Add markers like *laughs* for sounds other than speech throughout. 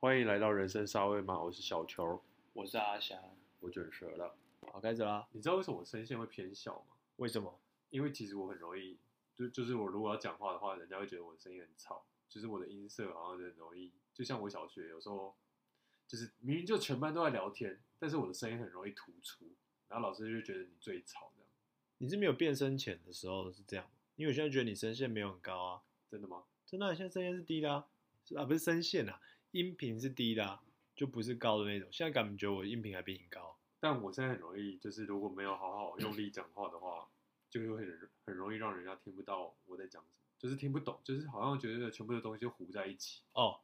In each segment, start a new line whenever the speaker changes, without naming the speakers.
欢迎来到人生沙威玛，我是小球，
我是阿翔。
我卷舌了。
好，开始啦。
你知道为什么我声线会偏小吗？
为什么？
因为其实我很容易，就就是我如果要讲话的话，人家会觉得我的声音很吵，就是我的音色好像很容易，就像我小学有时候，就是明明就全班都在聊天，但是我的声音很容易突出，然后老师就觉得你最吵这样。
你是没有变声前的时候是这样吗？因为我现在觉得你声线没有很高啊，
真的吗？
真的啊、你现在声线是低的啊，是啊不是声线啊，音频是低的啊，就不是高的那种。现在感觉我音频还比你高，
但我现在很容易，就是如果没有好好用力讲话的话，就会很很容易让人家听不到我在讲什么，就是听不懂，就是好像觉得全部的东西就糊在一起。
哦，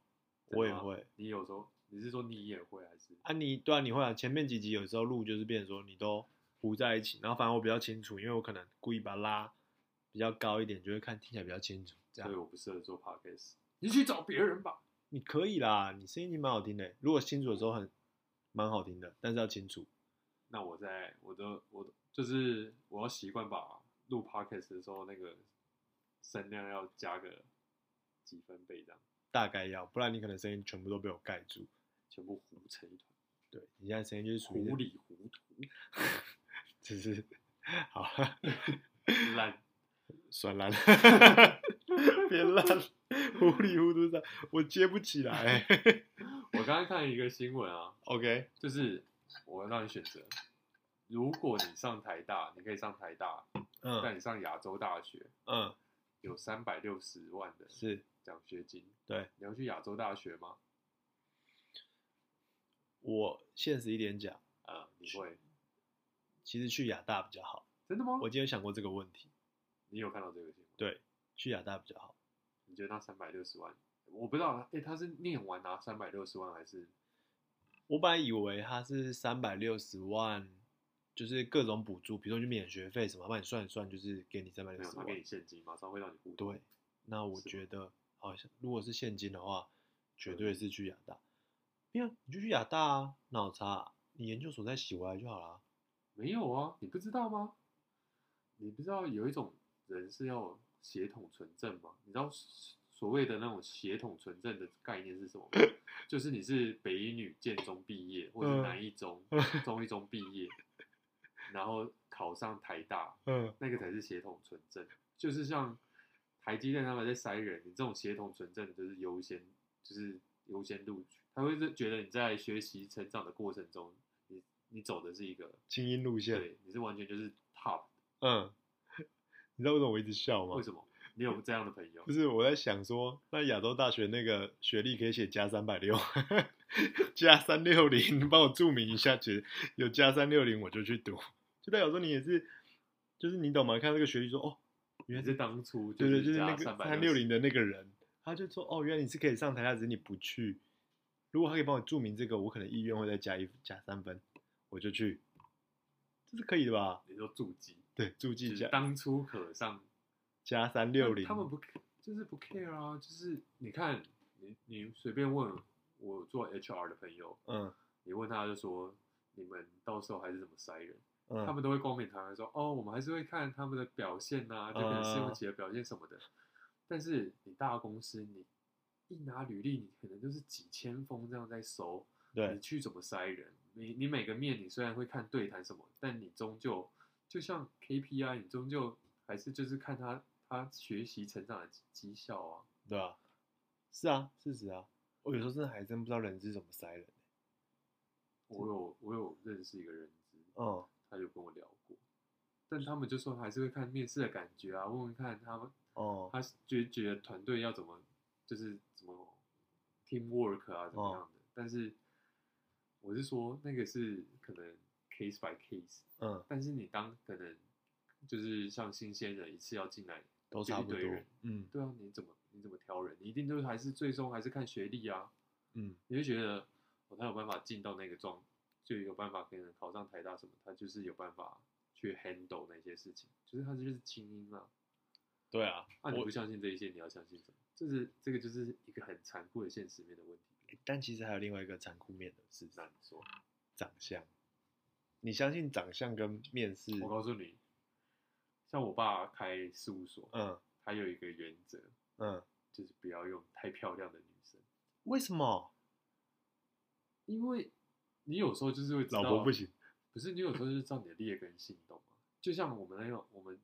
真的
我也
吗
会。
你有时候你是说你也会还是？
啊你对啊你会啊，前面几集有时候录就是变成说你都糊在一起，然后反而我比较清楚，因为我可能故意把它拉比较高一点，就会看听起来比较清楚。这
所
样
以我不适合做 podcast，你去找别人吧。
你可以啦，你声音已经蛮好听的。如果清楚的时候很蛮好听的，但是要清楚。
那我在我的我的就是我要习惯把录 podcast 的时候那个声量要加个几分贝这样，
大概要，不然你可能声音全部都被我盖住。
全部糊成一团，
对你现在声音就是属于
糊，里糊涂，
*laughs* 只是好
烂。
酸
*laughs*
烂，别烂，糊里糊涂的，我接不起来。
我刚刚看一个新闻啊， *laughs*
OK，
就是我让你选择，如果你上台大，你可以上台大，但
嗯
你上亚洲大学
嗯，
有三百六十万的
是
奖学金，
对
你要去亚洲大学吗？
我现实一点讲，
啊，你会
其实去亚大比较好。
真的吗？
我今天有想过这个问题，
你有看到这个新闻？
对，去亚大比较好。
你觉得那三百六十万，我不知道，哎，他是念完拿三百六十万还是
我本来以为它是三百六十万，就是各种补助，比如说你去免学费什么，帮你算一算，就是给你三百
没
六
有
十
他
万。
给你现金，马上会让你户头？
对，那我
是
觉得好像如果是现金的话，绝
对
对是去亚大。对啊，你就去亚大啊，哪有差啊、你研究所再洗回来就好啦。
没有啊，你不知道吗？你不知道有一种人是要血统纯正吗？你知道所所谓的那种血统纯正的概念是什么吗？就是你是北一女建中毕业，或者
嗯
南一中、中一中毕业，然后考上台大，
嗯，
那个才是血统纯正。就是像台积电他们在筛人，你这种血统纯正的就是优先，就是优先录取。他会觉得你在学习成长的过程中，你你走的是一个
精英路线。
对，你是完全就是 top。
嗯， *laughs* 你知道为什么我一直笑吗
为？什么？你有这样的朋友
不？是我在想说，那亚洲大学那个学历可以写加三百六， *laughs* 加三六零，你帮我注明一下，姐有加三六零我就去读，就代表说你也是，就是你懂吗？看到这个学历说哦，
原来是当初
对对，就是
是
那
加
个
三百
三六零的那个人，他就说哦，原来你是可以上台大，只是你不去。如果他可以帮我注明这个，我可能意愿会再加一加三分，我就去，这是可以的吧？
你说筑基，
对，注记
就
加
是当初可上
加三六零，
他们不就是不 care 啊，就是你看你你随便问我做 HR 的朋友，
嗯
你问他就说你们到时候还是怎么筛人，
嗯，
他们都会光明堂然说哦，我们还是会看他们的表现呐、啊，就可
嗯
能试用期的表现什么的。但是你大公司，你一拿履历，你可能就是几千封这样在收，你
对
去怎么筛人？你你每个面你虽然会看对谈什么，但你终究就像 KPI，你终究还是就是看他他学习成长的绩绩效啊。
对啊，是啊，事实啊，我有时候真的还真不知道人是怎么筛人，
我有我有认识一个人资，
嗯，
他就跟我聊过，但他们就说还是会看面试的感觉啊，问问看他们
哦，
他觉觉得团队要怎么就是怎么 team work 啊怎么样的，但是我是说那个是可能 case by case。
嗯，
但是你当可能就是像新鲜人一次要进来，
都差不
就
多
一堆人，
嗯
对啊，你怎么你怎么挑人？你一定都还是最终还是看学历啊，
嗯，
你会觉得哦，他有办法进到那个状，就有办法可能考上台大什么，他就是有办法去 handle 那些事情，就是他就是精英啊。
对啊，
啊，你
我
不相信这一些，你要相信什么？就是这个就是一个很残酷的现实面的问题，
但其实还有另外一个残酷面的事实
难，说。
长相。你相信长相跟面试？
我告诉你，像我爸开事务所，
嗯
他有一个原则，
嗯，
就是不要用太漂亮的女生。
为什么？
因为你有时候就是会知道
老婆不行，
可是你有时候就是照你的劣根性，你懂吗？就像我们那种我们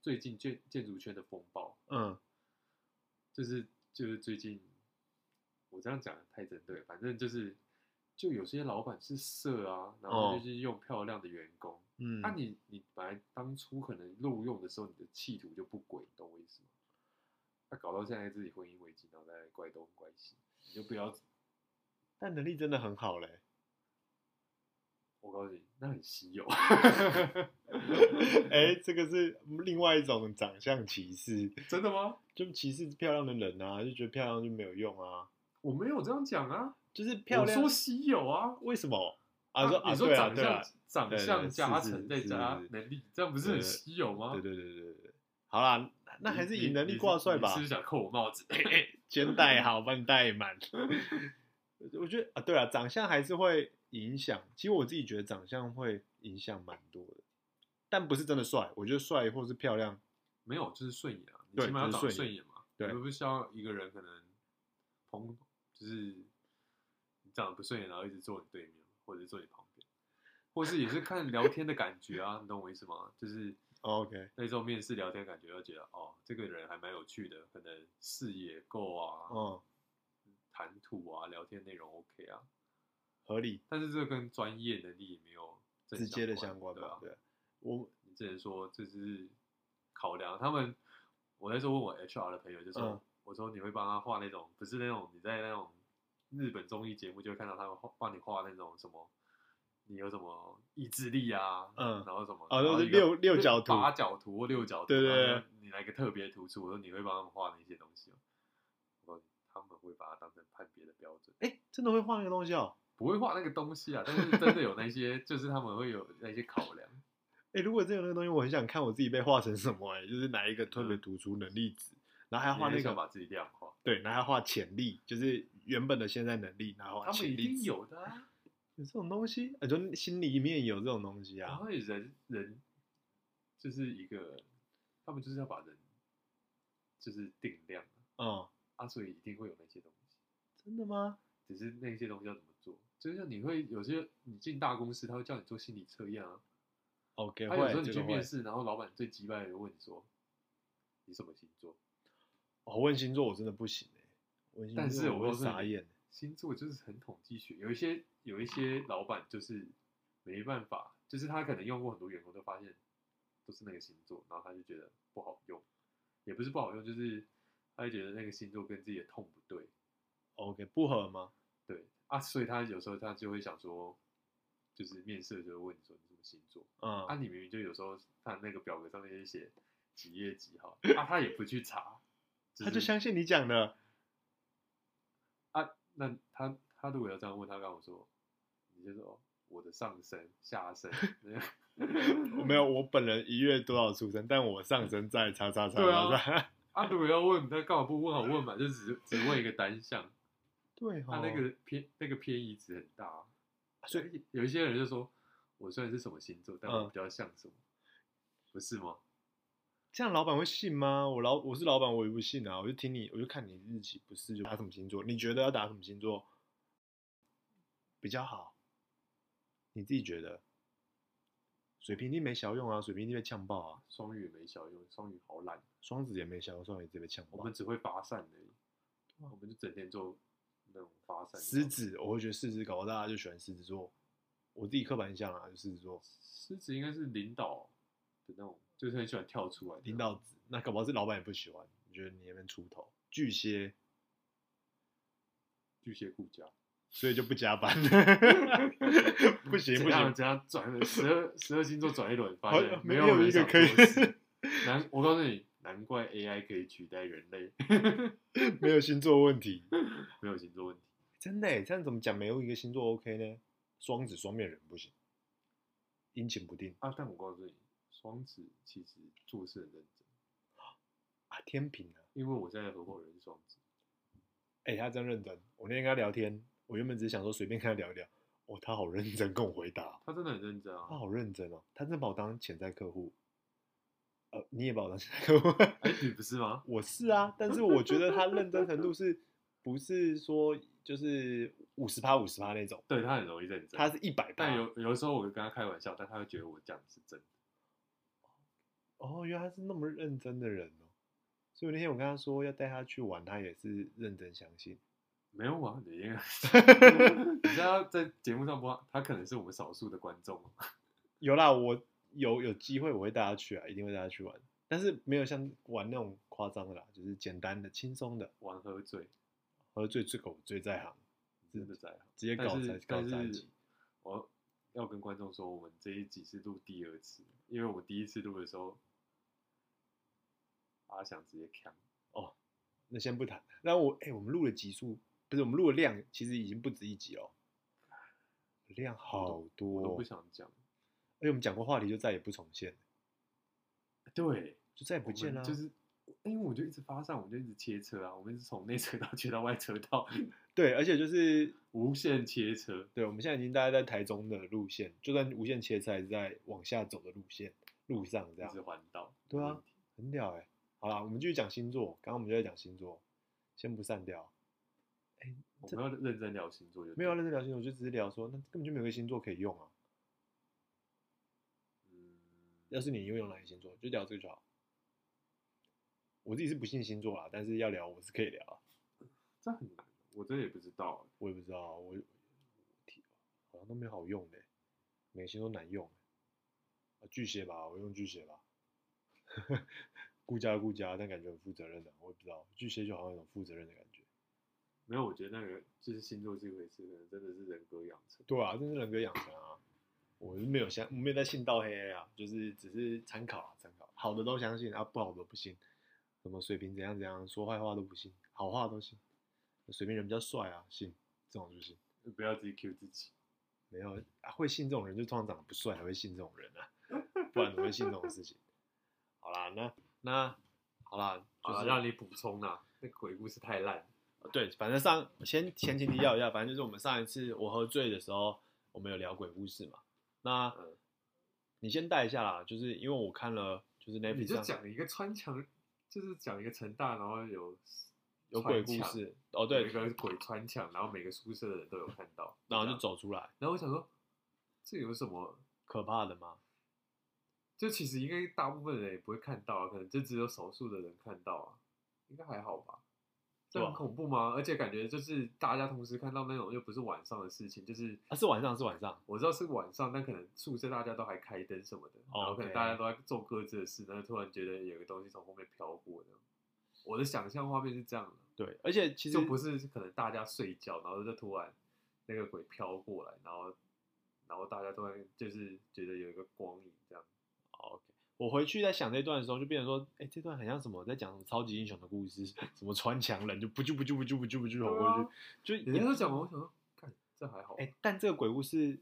最近建建筑圈的风暴，
嗯，
就是就是最近我这样讲太针对了，反正就是就有些老板是色啊，然后
哦
就是用漂亮的员工，
嗯，
那、啊你你本来当初可能录用的时候，你的企图就不轨，你懂我意思吗？他搞到现在自己婚姻危机，然后再来怪东怪西，你就不要，
但能力真的很好嘞， *laughs*
我告诉你，那很稀有。
*laughs* 哎、这个是另外一种长相歧视，
真的吗？
就歧视漂亮的人啊，就觉得漂亮就没有用啊，
我没有这样讲啊，
就是漂亮
我说稀有啊。
为什么啊？说啊，
你说
对啊，
长
对
相、长相
啊，对对
加
是是
成再加
是
能力，这样不是很
对
稀有吗？
对对对对对，好啦，那还是
你
以能
你
力
是
挂帅
你
吧
是，不是想扣我帽
*laughs*
子？ *laughs*
肩带好，帮你带满。 *laughs* 我觉得啊，对啊，长相还是会影响。其实我自己觉得长相会影响蛮多的，但不是真的帅。我觉得帅或是漂亮，
没有，就是顺眼啊，你
对
起码要
就是
长
顺
顺眼嘛。
对
你不需要一个人可能蓬，就是你长得不顺眼，然后一直坐你对面，或者是坐你旁边，或是也是看聊天的感觉啊，你懂我意思吗？就是。
哦 OK，
那时候面试聊天，感觉就觉得哦，这个人还蛮有趣的，可能视野够啊，
嗯，
谈吐啊，聊天内容 OK 啊，
合理，
但是这个跟专业能力也没有正
直接的
相
相关
对
吧
啊？。
对啊，我
你只能说这是考量。他们我那时候问我 HR 的朋友，就说、
嗯
我说你会帮他画那种，不是那种你在那种日本综艺节目就会看到他们画帮你画那种什么。你有什么意志力啊？
嗯
然后什么？
哦
然
那
后
是
一个
六六角图
八角图或六角图。
对对对
然后你来个特别突出，我说你会帮他们画那些东西哦。我告诉你，他们会把它当成判别的标准。
哎，真的会画那个东西哦。
不会画那个东西啊，但是真的有那些， *laughs* 就是他们会有那些考量。
哎，如果真有那个东西，我很想看我自己被画成什么。哎，就是哪一个特别
嗯
突出能力值，然后还要画
你
那
也想
个
把自己量化，
对，然后还要画潜力，就是原本的现在能力，然后画
他们一
潜力
定
值。
有的、啊。
有这种东西，呃，就心里面有这种东西
然
啊。
后人人就是一个，他们就是要把人就是定量啊
嗯，
啊，所以一定会有那些东西。
真的吗？
只是那些东西要怎么做，就像你会有些你进大公司，他会叫你做心理测验啊。
OK，
他有时候你
会这
去
个会
面。试，然后老板最击败的问你说你什么星座？
我哦问星座我真的不行哎、问星座
但是
我
我
会
告诉
傻
你，
眼。欸
星座就是很统计学，有一些有一些老板就是没办法，就是他可能用过很多员工，都发现都是那个星座，然后他就觉得不好用，也不是不好用，就是他就觉得那个星座跟自己的痛不对，
OK，不合吗？
对啊，所以他有时候他就会想说，就是面试的时候问你说你什么星座，
嗯，
啊，你明明就有时候他那个表格上面就写几月几号，啊，他也不去查，
他就是相信你讲的。
啊，那他他如果要这样问，他跟我说，你就说我的上身、下身，
没有，我本人一月多少出生，但我上升在叉叉叉
对啊
叉叉。 *laughs*
啊，如果要问，他干嘛不问好问嘛？就只只问一个单
哦
项，
对
他、
哈、
那个偏那个偏移值很大，
啊所
以有一些人就说，我虽然是什么星座，但我
嗯
比较像什么，不是吗？
这样老板会信吗？我老我是老板，我也不信啊。我就听你，我就看你日期，不是就打什么星座？你觉得要打什么星座比较好？你自己觉得？水瓶地没小用啊，水瓶地被呛爆啊，
双鱼也没效用，双鱼好懒，
双子也没小用，双子也直接被呛
我
爆
们。只会发散而已，我们就整天做那种发散。
狮，子，我会觉得狮子搞不好大家就喜欢狮子座，我自己刻板印象啊，就狮子座
狮子应该是领导的那种，就是很喜欢跳出来的那种，
领导子，那搞不好是老板也不喜欢，你觉得你那边出头？巨蟹，
巨蟹顾家。
所以就不加班，
*laughs*
不行
怎
不
样
行，
怎样转了十二十二星座转一轮，发
好
现
没
有
有
人
一个
想
可以
做
*laughs*
事难，我告诉你，难怪 AI 可以取代人类，
没有星座问题。
没有星座问题。
真的耶，欸这样怎么讲没有一个星座 OK 呢？双子、双面人不行，阴晴不定
啊，但我告诉你，双子其实做事很认真，
啊，天平啊，
因为我现在的合伙人是双子，
哎、他真认真。我那天跟他聊天，我原本只是想说随便跟他聊一聊，哦，他好认真跟我回答，哦
他真的很认真啊
他。好认真哦，他真的把我当潜在客户，呃，你也把我当潜在客户， *laughs*
哎，你不是吗？
我是啊，但是我觉得他认真程度是不是说就是五十趴五十趴那种，
对他很容易认真。
他是一啊百趴
但。有有的时候我跟他开玩笑，但他会觉得我讲的是真的。
哦，原来他是那么认真的人哦。所以那天我跟他说要带他去玩，他也是认真相信。
没有啊，
*laughs*
你应该，你知道在节目上播，他可能是我们少数的观众。啊
有啦，我有有机会我会带他去啊，一定会带他去玩，但是没有像玩那种夸张的啦，就是简单的、轻松的。
玩喝醉，
喝醉这个我最在行，
真的在啊行。
直接
但
搞才
是
搞
但
在一
是
起。，
我要跟观众说，我们这一集是录第二次，因为我第一次录的时候，阿翔直接扛。
那先不谈。那我哎、我们录的集数不是我们录的量，其实已经不止一集哦，量好多、
我
哦
都不。想讲。
而且我们讲过话题就再也不重现了，
对，
就再也
我
不见
们
啦。
就是因为我就一直发散，我就一直切车啊，我们一直从内车道切到外车道， *laughs*
对，而且就是
无限切车。
对，我们现在已经大概在台中的路线，就算无限切菜，在往下走的路线路上这
一
样
直，环岛。
对啊
没问题，
很屌哎、好啦，我们继续讲星座，刚刚我们就在讲星座，先不散掉，
我们要认真聊星座就对，
没有要认真聊星座，就只是聊说，那根本就没有一个星座可以用啊。
嗯，
要是你拥有哪个星座，就聊这个就好。我自己是不信星座啦，但是要聊我是可以聊啊，
这很难，我真的也不知道。
我也不知道啊，我天好像都没有好用的欸，每个星座难用欸。啊，巨蟹吧，我用巨蟹吧， *laughs* 顾家顾家，但感觉很负责任的，我也不知道，巨蟹就好像有种负责任的感觉。
没有，我觉得那个就是星座这回事，可能真的是人格养成。
对啊，这是人格养成啊。我是没有相，没有在信到黑啊，就是只是参考啊，参考。好的都相信啊，不好的都不信。什么水平怎样怎样，说坏话都不信，好话都信。水平人比较帅啊，信这种就信。
不要自己 Q 自己。
没有、啊、会信这种人，就通常长得不帅才会信这种人啊，不然怎么会信这种事情？好啦，那那好啦，就
好啦
是
让你补充啦、那鬼故事太烂。
对，反正上先前情提要一下，反正就是我们上一次我喝醉的时候，我们有聊鬼故事嘛。那、
嗯
你先带一下啦，就是因为我看了，就是那
你
e
就
上
讲一个穿墙，就是讲一个成大，然后有
有鬼
穿
故
墙，
事哦，
有
对
一，个鬼穿墙，然后每个宿舍的人都有看到，
然后
这
就
样。
走出来，
然后我想说，这有什么？
可怕的吗？
就其实应该大部分人也不会看到啊，可能就只有少数的人看到啊，应该还好吧？这
对啊
很恐怖吗？而且感觉就是大家同时看到那种又不是晚上的事情，就是
啊，是晚上，是晚上，
我知道是晚上，但可能宿舍大家都还开灯什么的，
哦
然后可能
OK
大家都在做各自的事，然后突然觉得有个东西从后面飘过的。我的想象画面是这样的，
对，而且其实
就不是可能大家睡觉，然后就突然那个鬼飘过来，然后然后大家突然就是觉得有一个光影这样。
OK，我回去在想这段的时候，就变成说，哎、这段很像什么，在讲什么超级英雄的故事， *laughs* 什么穿墙人就不就不就不就不就不
啊
就跑过去，就
人
也
家都讲完，我想说，看这还好吧，
哎、但这个鬼故事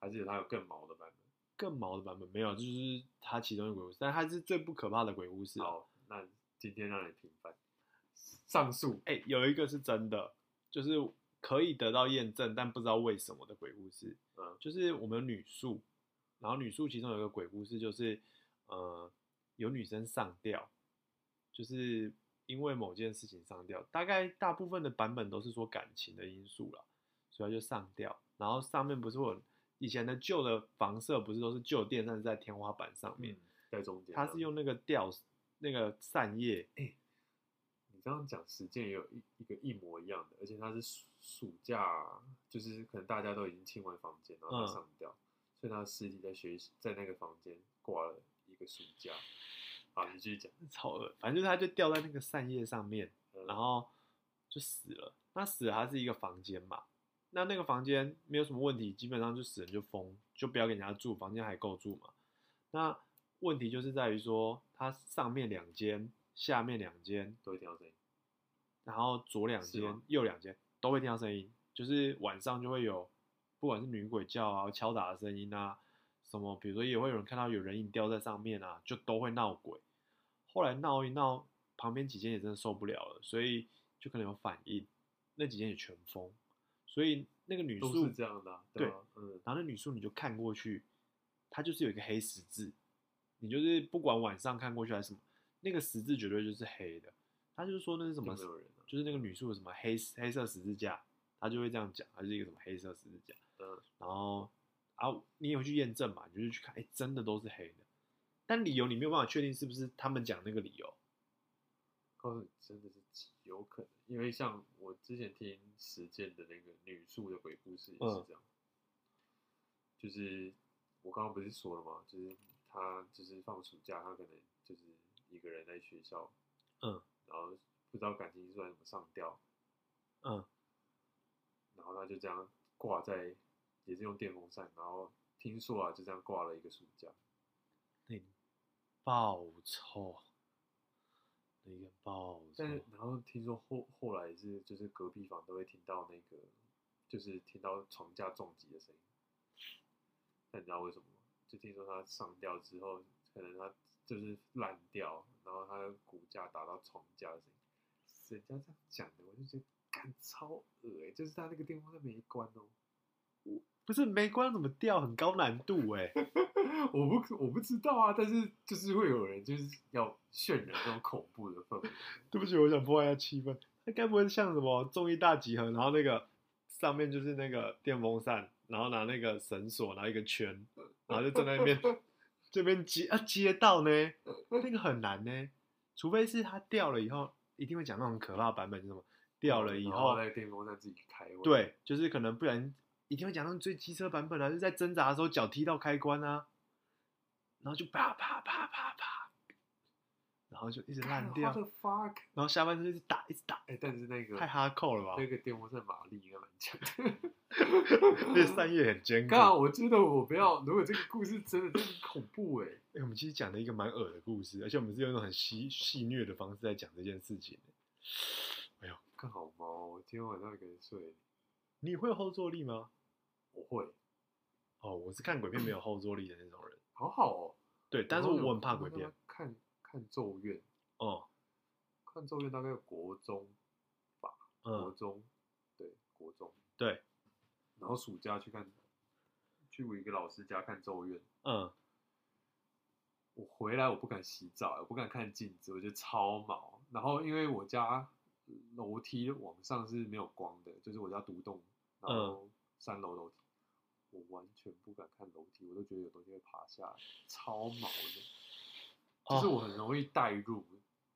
还是有他有更毛的版本。
更毛的版本没有，就是它其中的鬼故事，但它是最不可怕的鬼故事啊。
好，那今天让你平反，上诉
哎、有一个是真的，就是可以得到验证，但不知道为什么的鬼故事。
嗯
就是我们女宿，然后女宿其中有一个鬼故事，就是呃，有女生上吊，就是因为某件事情上吊。大概大部分的版本都是说感情的因素啦，所以她就上吊。然后上面不是会有以前的旧的房舍，不是都是旧电扇是在天花板上面，
嗯，在中间。
它是用那个吊那个扇叶，哎
你这样讲，实践也有一一个一模一样的，而且它是暑暑假，就是可能大家都已经清完房间，然后
嗯
它上吊，所以他的尸体在学习在那个房间挂了一个暑假。好，你继续讲。
超恶，反正就是它就吊在那个扇叶上面，
嗯
然后就死了。那死了，它是一个房间嘛，那那个房间没有什么问题，基本上就死人就封，就不要给人家住，房间还够住嘛。那问题就是在于说，它上面两间，下面两间，
都会听到声音，
然后左两
是
间
吗、
右两间都会听到声音，就是晚上就会有，不管是女鬼叫啊、敲打的声音啊，什么，比如说也会有人看到有人影吊在上面啊，就都会闹鬼。后来闹一闹，旁边几间也真的受不了了，所以就可能有反应，那几间也全封，所以那个女
都
宿
是这样的啊、
对
啊，嗯，
然后那女宿你就看过去，它就是有一个黑十字，你就是不管晚上看过去还是什么，那个十字绝对就是黑的。他就是说那是什么
都没有人啊
就是那个女宿有什么黑黑色十字架，他就会这样讲，它是一个什么黑色十字架，
嗯，
然后啊，你也会去验证嘛，你就是去看，哎、真的都是黑的，但理由你没有办法确定是不是他们讲那个理由，
告诉你哦真的是极有可能，因为像我之前听实践的那个女宿的鬼故事也是
嗯
这样，就是我刚刚不是说了吗？就是她就是放暑假，她可能就是一个人在学校，
嗯，
然后不知道感情出来怎么上吊，
嗯，
然后她就这样挂在，也是用电风扇，然后听说啊就这样挂了一个暑假，
那你爆臭，那个爆臭，
但是然后听说后后来是就是隔壁房都会听到那个，就是听到床架撞击的声音。但你知道为什么吗？就听说他上吊之后，可能他就是烂掉，然后他的骨架打到床架的声音。人家这样讲的，我就觉得干超恶欸就是他那个电风扇没关哦。 *laughs*
不是没关怎么掉，很高难度哎、
我不我不知道啊，但是就是会有人就是要渲染这种恐怖的氛围。
对不起，我想破坏一下气氛。它该不会像什么综艺大集合，然后那个上面就是那个电风扇，然后拿那个绳索，拿一个圈，然后就站在那边这边接啊接到呢，那个很难呢，除非是它掉了以后，一定会讲那种可怕的版本，就是什么掉了以
然
后，
那个电风扇自己开关。
对，就是可能不然一定会讲到最机车版本啊，就是在挣扎的时候脚踢到开关啊，然后就啪啪啪啪啪，然后就一直烂掉。
What the fuck？
然后下半身一直打，一直打，
哎、但是那个
太哈扣了吧？ *laughs*
那个电风扇马力应该蛮强
那
的。
三叶很艰苦。
刚好我觉得我
嗯
不要，如果这个故事真的真的很恐怖哎、
哎、我们其实讲了一个蛮恶的故事，而且我们是用一种很戏戏谑的方式在讲这件事情。
刚好毛，我今天晚上一个人睡，
你会有后坐力吗？
我会，
哦，我是看鬼片没有后坐力的那种人。
好好哦。
对，但是
然后有
我很怕鬼片。。
看看咒怨，
哦，
看咒怨大概国中，国
嗯，
中，对，国中。
对，
然后暑假去看，去我一个老师家看咒怨。
嗯，
我回来我不敢洗澡，我不敢看镜子，我觉得超毛。然后因为我家楼梯往上是没有光的，就是我家独栋，然后三楼楼梯，我完全不敢看楼梯，我都觉得有东西会爬下来，超毛的。
哦
就是我很容易带入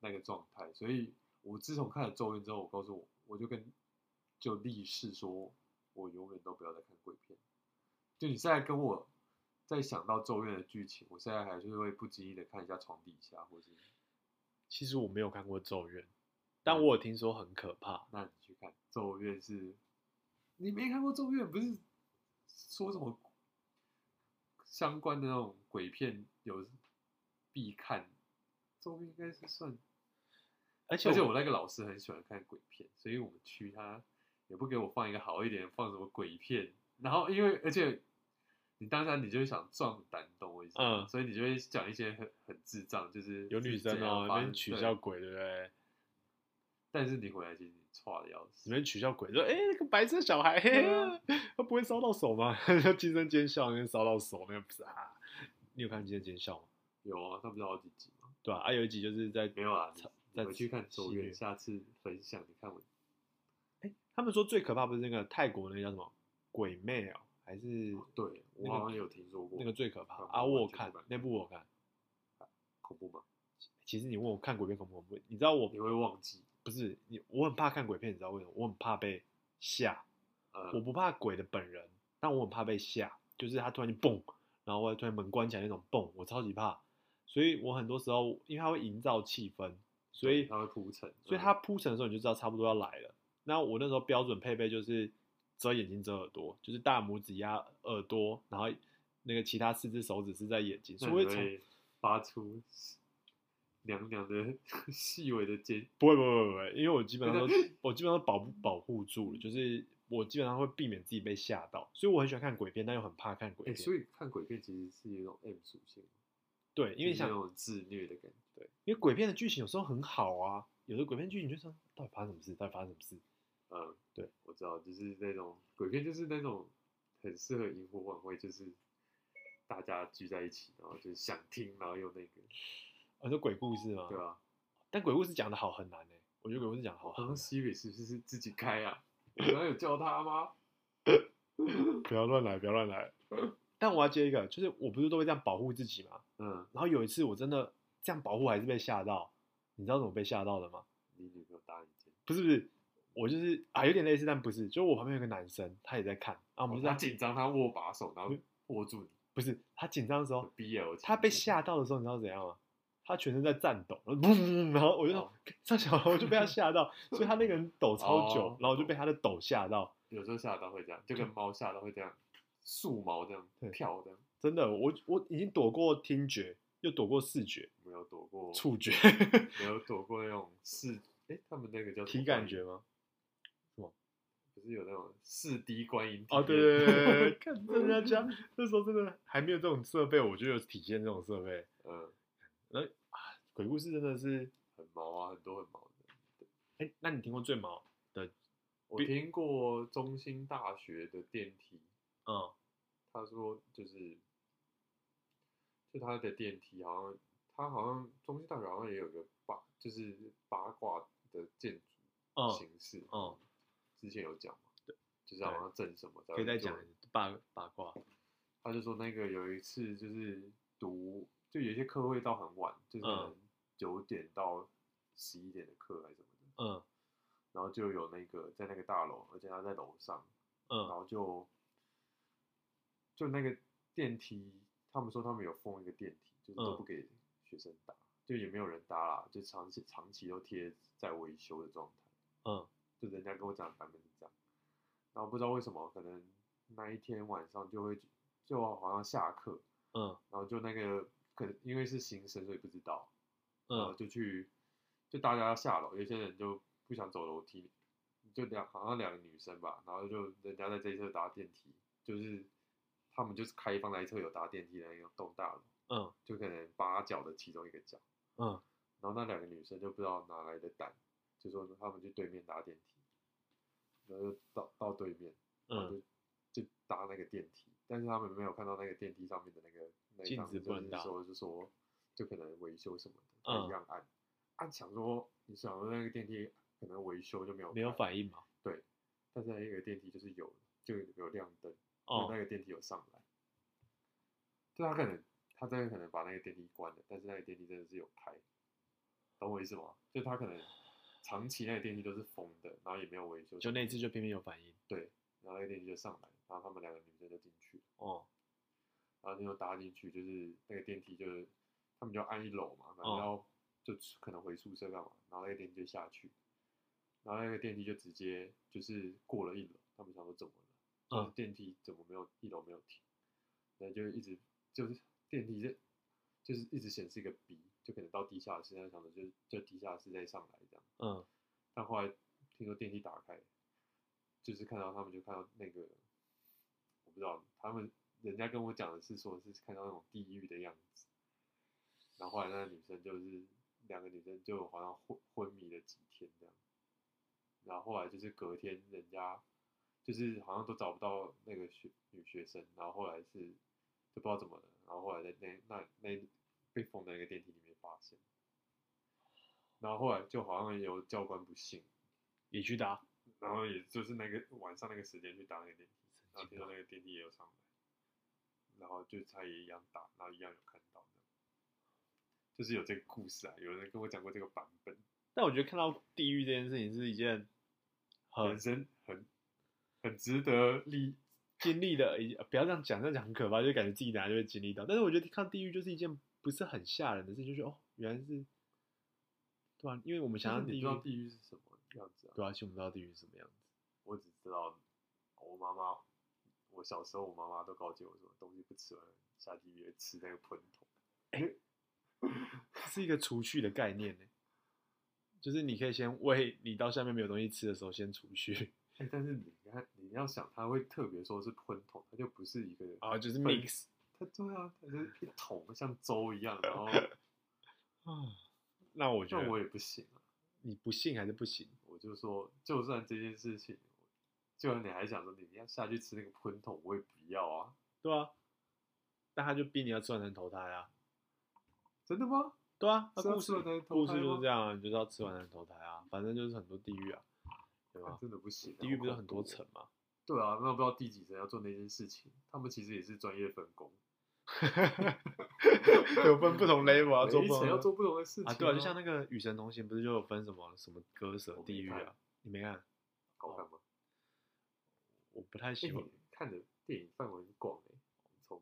那个状态，所以我自从看了《咒怨》之后，我告诉我，我就跟就立誓说，我永远都不要再看鬼片。就你现在跟我在想到《咒怨》的剧情，我现在还是会不经意的看一下床底下，或是
其实我没有看过《咒怨》，
嗯
但我有听说很可怕。
那你去看《咒怨》是，你没看过《咒怨》，不是说什么相关的那种鬼片有必看，《咒怨》应该是算。
而且
而且
我
我那个老师很喜欢看鬼片，所以我们区他也不给我放一个好一点，放什么鬼片。然后因为而且你当下你就会想壮胆，懂我意思吗？
嗯
所以你就会讲一些很很智障，就是
有女生
是怎
哦，
样
那
发生
边取笑
对
鬼，对不对？
但是你回来其实你差的要
你
死。
们取笑鬼说：“哎、那个白色小孩，嘿嘿
对啊
他不会烧到手吗？ *laughs* 他惊声尖笑，那个烧到手，那个不是啊？你有看《惊声尖笑》吗？
有啊，他不是好几集吗？
对吧、啊？有一集就是在
没有啊，你
操
你回去看《咒
戏
怨》，
虐
下次分享你看我
他们说最可怕不是那个泰国那个叫什么鬼魅哦，还是
对我
那个
好像有听说过
那个最可怕
恐怖
啊？我有
完全
看
不敢看
那部，我有看。
恐怖吗？
其实你问我看鬼片恐不恐怖，你知道我
你会忘记？
不是你，我很怕看鬼片，你知道为什么？我很怕被吓，
呃，
我不怕鬼的本人，但我很怕被吓，就是他突然就蹦，然后我突然门关起来那种蹦，我超级怕。所以我很多时候，因为它会营造气氛，所以
它会铺陈，
所以
嗯
它铺陈的时候你就知道差不多要来了。那我那时候标准配备就是遮眼睛、遮耳朵，就是大拇指压耳朵，然后那个其他四只手指是在眼睛，
那
所以
你
我会从
会发出凉凉的 *laughs* 细微的尖，
不会不会不会不会，因为我基
*laughs*
本上都我基本上都保保护住了，就是我基本上会避免自己被吓到，所以我很喜欢看鬼片，但又很怕看鬼
哎、
片。
所以看鬼片其实是有一种 M 属性，
对，因
就
为
是
想
那种自虐的感觉。
对，因为鬼片的剧情有时候很好啊，有的鬼片剧情就说到底发生什么事，到底发生什么事。
嗯，
对，
我知道，就是那种鬼片，就是那种很适合萤火晚会，就是大家聚在一起，然后就是想听，然后又那个，
啊，说鬼故事嘛，
对啊，
欸但鬼故事讲的好很难呢、我觉得鬼故事讲的好
我
很
刚刚。
难
Siri 是不是自己开啊？我哪有叫他吗？
不要乱来，不要乱
*laughs*
来。但我要接一个，就是我不是都会这样保护自己嘛。
嗯，
然后有一次我真的这样保护还是被吓到，你知道怎么被吓到的吗？
你女朋友搭你肩，
不是不是，我就是啊有点类似，但不是，就我旁边有个男生，他也在看啊，我们
哦
就在、
他紧张，他握把手，然后握住你
不是他紧张的时候，
BL，
他被吓到的时候，你知道怎样吗？他全身在颤抖，然后 *laughs* 砰砰砰然后我就
哦
说上小楼，我就被他吓到，所以他那个人抖超久
哦，
然后我就被他的抖吓到。
有时候吓到会这样，就跟猫吓到会这样，竖毛这样
嗯对
跳这样，
真的，我我已经躲过听觉，又躲过视觉、
没有躲过，
触觉、
没有躲过那种视，哎，他们那个叫什么
体
观
感
音
觉，吗？
不是有那种四 D 观音体
哦，对
验
对对对，对 *laughs* 看真的家那时候真的还没有这种设备，我就有体现这种设备。
嗯，
然后啊，鬼故事真的是，
很毛啊，很多很毛的。
哎，那你听过最毛？
我听过中兴大学的电梯，
嗯，
他说就是，就他的电梯好像，他好像中兴大学好像也有个八，就是八卦的建筑
哦
形式，
哦，
之前有讲嘛，对，就是好像正什么，
可以再讲八八卦。
他就说那个有一次就是读，就有一些课会到很晚，就是可
嗯
能九点到十一点的课还是什么的，
嗯
然后就有那个在那个大楼，而且他在楼上，然
嗯
后就就那个电梯，他们说他们有封一个电梯，就是都
嗯
不给学生搭，就也没有人搭啦，就长期长期都贴在维修的状态。
嗯，
就人家跟我讲的版本是这样，然后不知道为什么，可能那一天晚上就会就好像下课，
嗯
然后就那个可能因为是新生，所以不知道，然后
嗯
就去就大家要下楼，有些人就不想走楼梯，就两好像两个女生吧，然后就人家在这一侧搭电梯，就是他们就是开放那一侧有搭电梯的那个栋大楼，
嗯
就可能八角的其中一个角，
嗯，
然后那两个女生就不知道哪来的胆，就说他们去对面搭电梯，然后就到到对面，然后
嗯
就就搭那个电梯，但是他们没有看到那个电梯上面的那个那一
镜
张
子不
就
能
是
搭
说就说就可能维修什么的，
嗯
他一样按、按想说你想说那个电梯可能维修就没有
没有
开，
反应嘛？
对，但是那个电梯就是有就有亮灯，就
哦
那个电梯有上来，就他可能他真的可能把那个电梯关了，但是那个电梯真的是有开，懂我意思吗？就他可能长期那个电梯都是封的，然后也没有维修，
就那一次就偏偏有反应。
对，然后那个电梯就上来，然后他们两个女生就进去，
哦
然后就搭进去，就是那个电梯就是他们就按一楼嘛，然
哦
后要就可能回宿舍干嘛，然后那个电梯就下去，然后那个电梯就直接就是过了一楼，他们想说怎么了，但是
嗯
电梯怎么没有一楼没有停，然后就一直就是电梯就就是一直显示一个 B，就可能到地下室，他们想着就就地下室再上来这样，
嗯
但后来听说电梯打开，就是看到他们就看到那个，我不知道他们人家跟我讲的是说是看到那种地狱的样子，然后后来那个女生就是两个女生就好像昏昏迷了几天这样，然后后来就是隔天人家就是好像都找不到那个学女学生，然后后来是就不知道怎么了，然后后来在那那那被封在那个电梯里面发现。然后后来就好像有教官不信，
也去搭。
然后也就是那个晚上那个时间去搭那个电梯，然后听说那个电梯也有上来，然后就他也一样打，然后一样有看到的，就是有这个故事啊，有人跟我讲过这个版本，
但我觉得看到地狱这件事情是一件很
人生很很值得历，
经历的，一呃不要这样讲，这样讲很可怕，就感觉自己等下就会经历到。但是我觉得看地狱就是一件不是很吓人的事，就是哦，原来是，对啊，因为我们想
想
象
你不
地狱
知，道地狱是什么样子啊，
对啊，其实我们不知道地狱是什么样子。
我只知道我妈妈，我小时候我妈妈都告诫我说，东西不吃完下地狱会吃那个喷头，
它是一个储蓄的概念呢，就是你可以先为你到下面没有东西吃的时候先储蓄，
哎、但是你看你要想，他会特别说是喷头，它就不是一个
啊，就是
分
mix
它对啊，它就是一桶像粥一样，然
*laughs*
后
啊。那我觉
那我
得
也不行啊。
你不信还是不行，
我就说，就算这件事情，就算你还想说你要下去吃那个喷桶，我也不要啊。
对啊，但他就逼你要吃完才能投胎啊，
真的吗？
对啊，那
是要
故
吃
事
完才能投
故
胎
事就是
吗
这样，你就是要吃完才能投胎啊，反正就是很多地狱啊。对
啊
吧？
真的不行啊、
地狱不是
好
很
恐
多
怖哦
层嘛？
对啊，那不知道第几层要做那件事情，他们其实也是专业分工，
*laughs* 有分不同 level 要做
每
不
一
同
层
的
要做不同的事情
啊，对啊，就像那个《与神同行》，不是就有分什么什么割舍
我没
地狱
看
啊？你没看？
好看吗？
我不太
哎
喜欢
你看的电影范围很广哎、从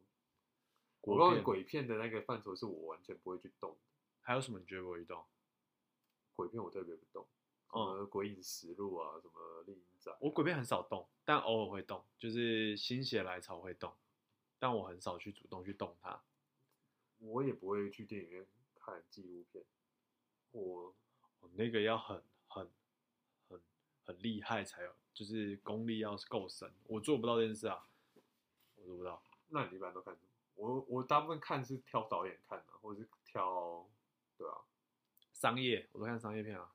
我
国
告诉
片
你，鬼片的那个范畴是我完全不会去动的，
还有什么你觉得我遇到？
鬼片我特别不动，什
嗯，
么鬼影实录啊，什么丽影仔啊、
我鬼片很少动，但偶尔会动，就是心血来潮会动，但我很少去主动去动它。
我也不会去电影院看纪录片，我
哦那个要很很很很厉害才有，就是功力要够深，我做不到这件事啊，我做不到。
那你一般都看什么？我我大部分看是挑导演看的、或者是挑对啊
商业我都看商业片啊，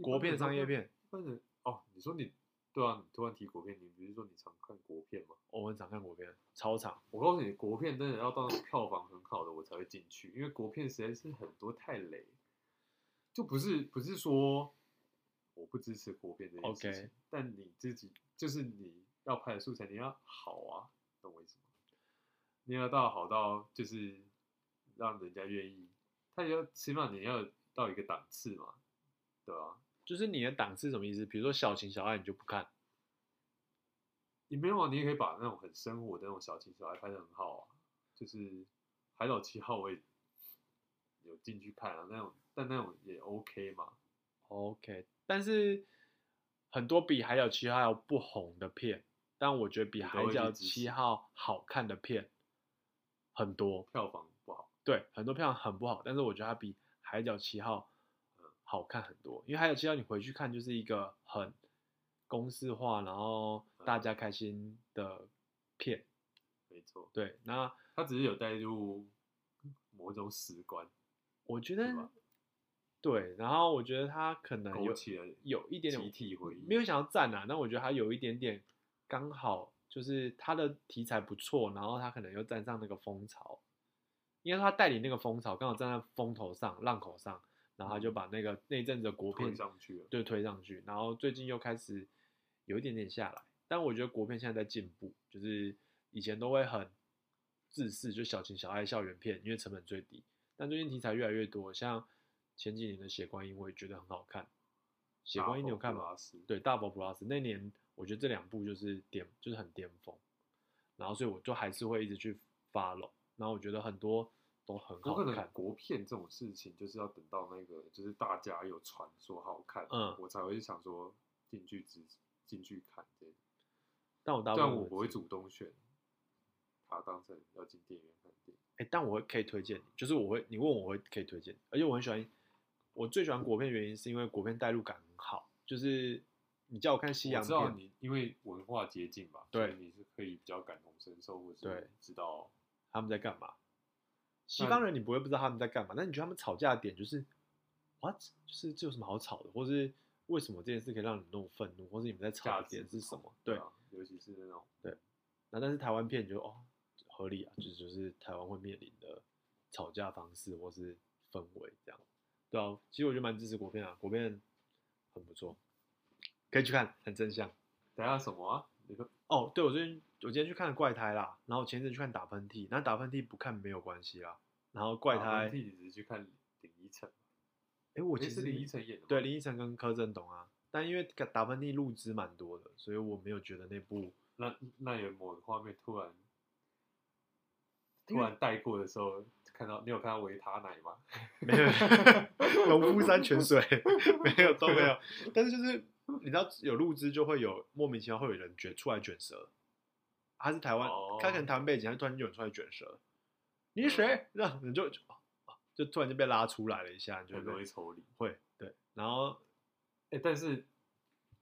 国片商业。片，
一般人哦，你说你对啊，你突然提国片，你不是说你常看国片吗？
我很常看国片，超常。
我告诉你，国片真的要到那种票房很好的我才会进去，因为国片实在是很多太雷，就不是不是说我不支持国片这件事情
OK
但你自己就是你要拍的素材你要好啊，懂我意思吗？你要到好到就是让人家愿意，他也要起码你要到一个档次嘛，对吧、
就是你的档次是什么意思？比如说小情小爱你就不看，
你没有啊，你也可以把那种很生活的那种小情小爱拍的很好啊，就是《海岛七号》我也有进去看啊，那种但那种也 OK 嘛。
OK，但是很多比《海角七号》还有不红的片，但我觉得比《
你都
海
会去
角
支
七
持
号》好看的片很多。
票房不好，
对，很多票很不好，但是我觉得它比《海角七号》好看很多。因为《海角七号》你回去看就是一个很公式化，然后大
嗯
家开心的片。
没错，
对，那
他只是有带入某种史观，
我觉
是
得
吧
对，然后我觉得他可能嗯有
勾起了
有一点点
集体回忆
没有想要赞啊，但我觉得他有一点点刚好，就是他的题材不错，然后他可能又站上那个风潮，应该说他带领那个风潮，刚好站在风头上、浪口上，然后他
嗯
就把那个那一阵子的国
推
片
上去了。
对推上去，然后最近又开始有一点点下来，但我觉得国片现在在进步，就是以前都会很自私，就小情小爱校园片，因为成本最低，但最近题材越来越多，像前几年的《血观音》，我也觉得很好看，《血观音》你有看吗？？
对，
对，《大佛普拉斯》那年，我觉得这两部就是巅，就是很巅峰，然后所以我就还是会一直去 follow，然后我觉得很多都很
有
好
可能
看，
国片这种事情，就是要等到那个，就是大家有传说好看，
嗯
我才会想说进去支进去看这样。
但我大部
但
分
啊我不会
是
主动选他当成要进电影院看电影。
哎、但我会可以推荐你，就是我会，你问我会可以推荐，而且我很喜欢，我最喜欢国片的原因是因为国片代入感很好，就是你叫我看西洋
我知道
片，
你因为文化接近吧，
对
所以你是可以比较感同身受，或
对
是知道
他们在干嘛，西
那
方
你
人你不会不知道他们在干嘛，但你觉得他们吵架的点就是 what，就是这有什么好吵的，或是为什么这件事可以让你那么愤怒，或是你们在吵
价
的
值
点是什么？
对
对，
啊，尤其是那种
那但是台湾片你就哦合理啊，就是就是台湾会面临的吵架方式或是氛围这样。对啊，其实我觉得蛮支持国片啊，国片很不错，可以去看，很正向。
等一下什么啊？你说
哦，对我最近我今天去看了怪胎啦，然后我前一阵去看打喷嚏，那打喷嚏不看没有关系啦。然后怪
打
胎
喷，嚏你只是去看林依晨，
哎，我
我
其实
是林依晨演的吗，
对林依晨跟柯震东啊，但因为打喷嚏录制蛮多的，所以我没有觉得那部
那那有某个画面突然
因
突
为
然带过的时候，看到你有看到维他奶吗？
没有， *laughs* 农夫山泉水没有都没有，但是就是你知道有录制就会有莫名其妙会有人卷出来卷舌，他是台湾，
哦
他可能台湾背景，他突然就有人出来卷舌，你是
嗯
谁？这样你就就就突然就被拉出来了一下，你就
很容
会
易抽离。
会对，然后
哎、但是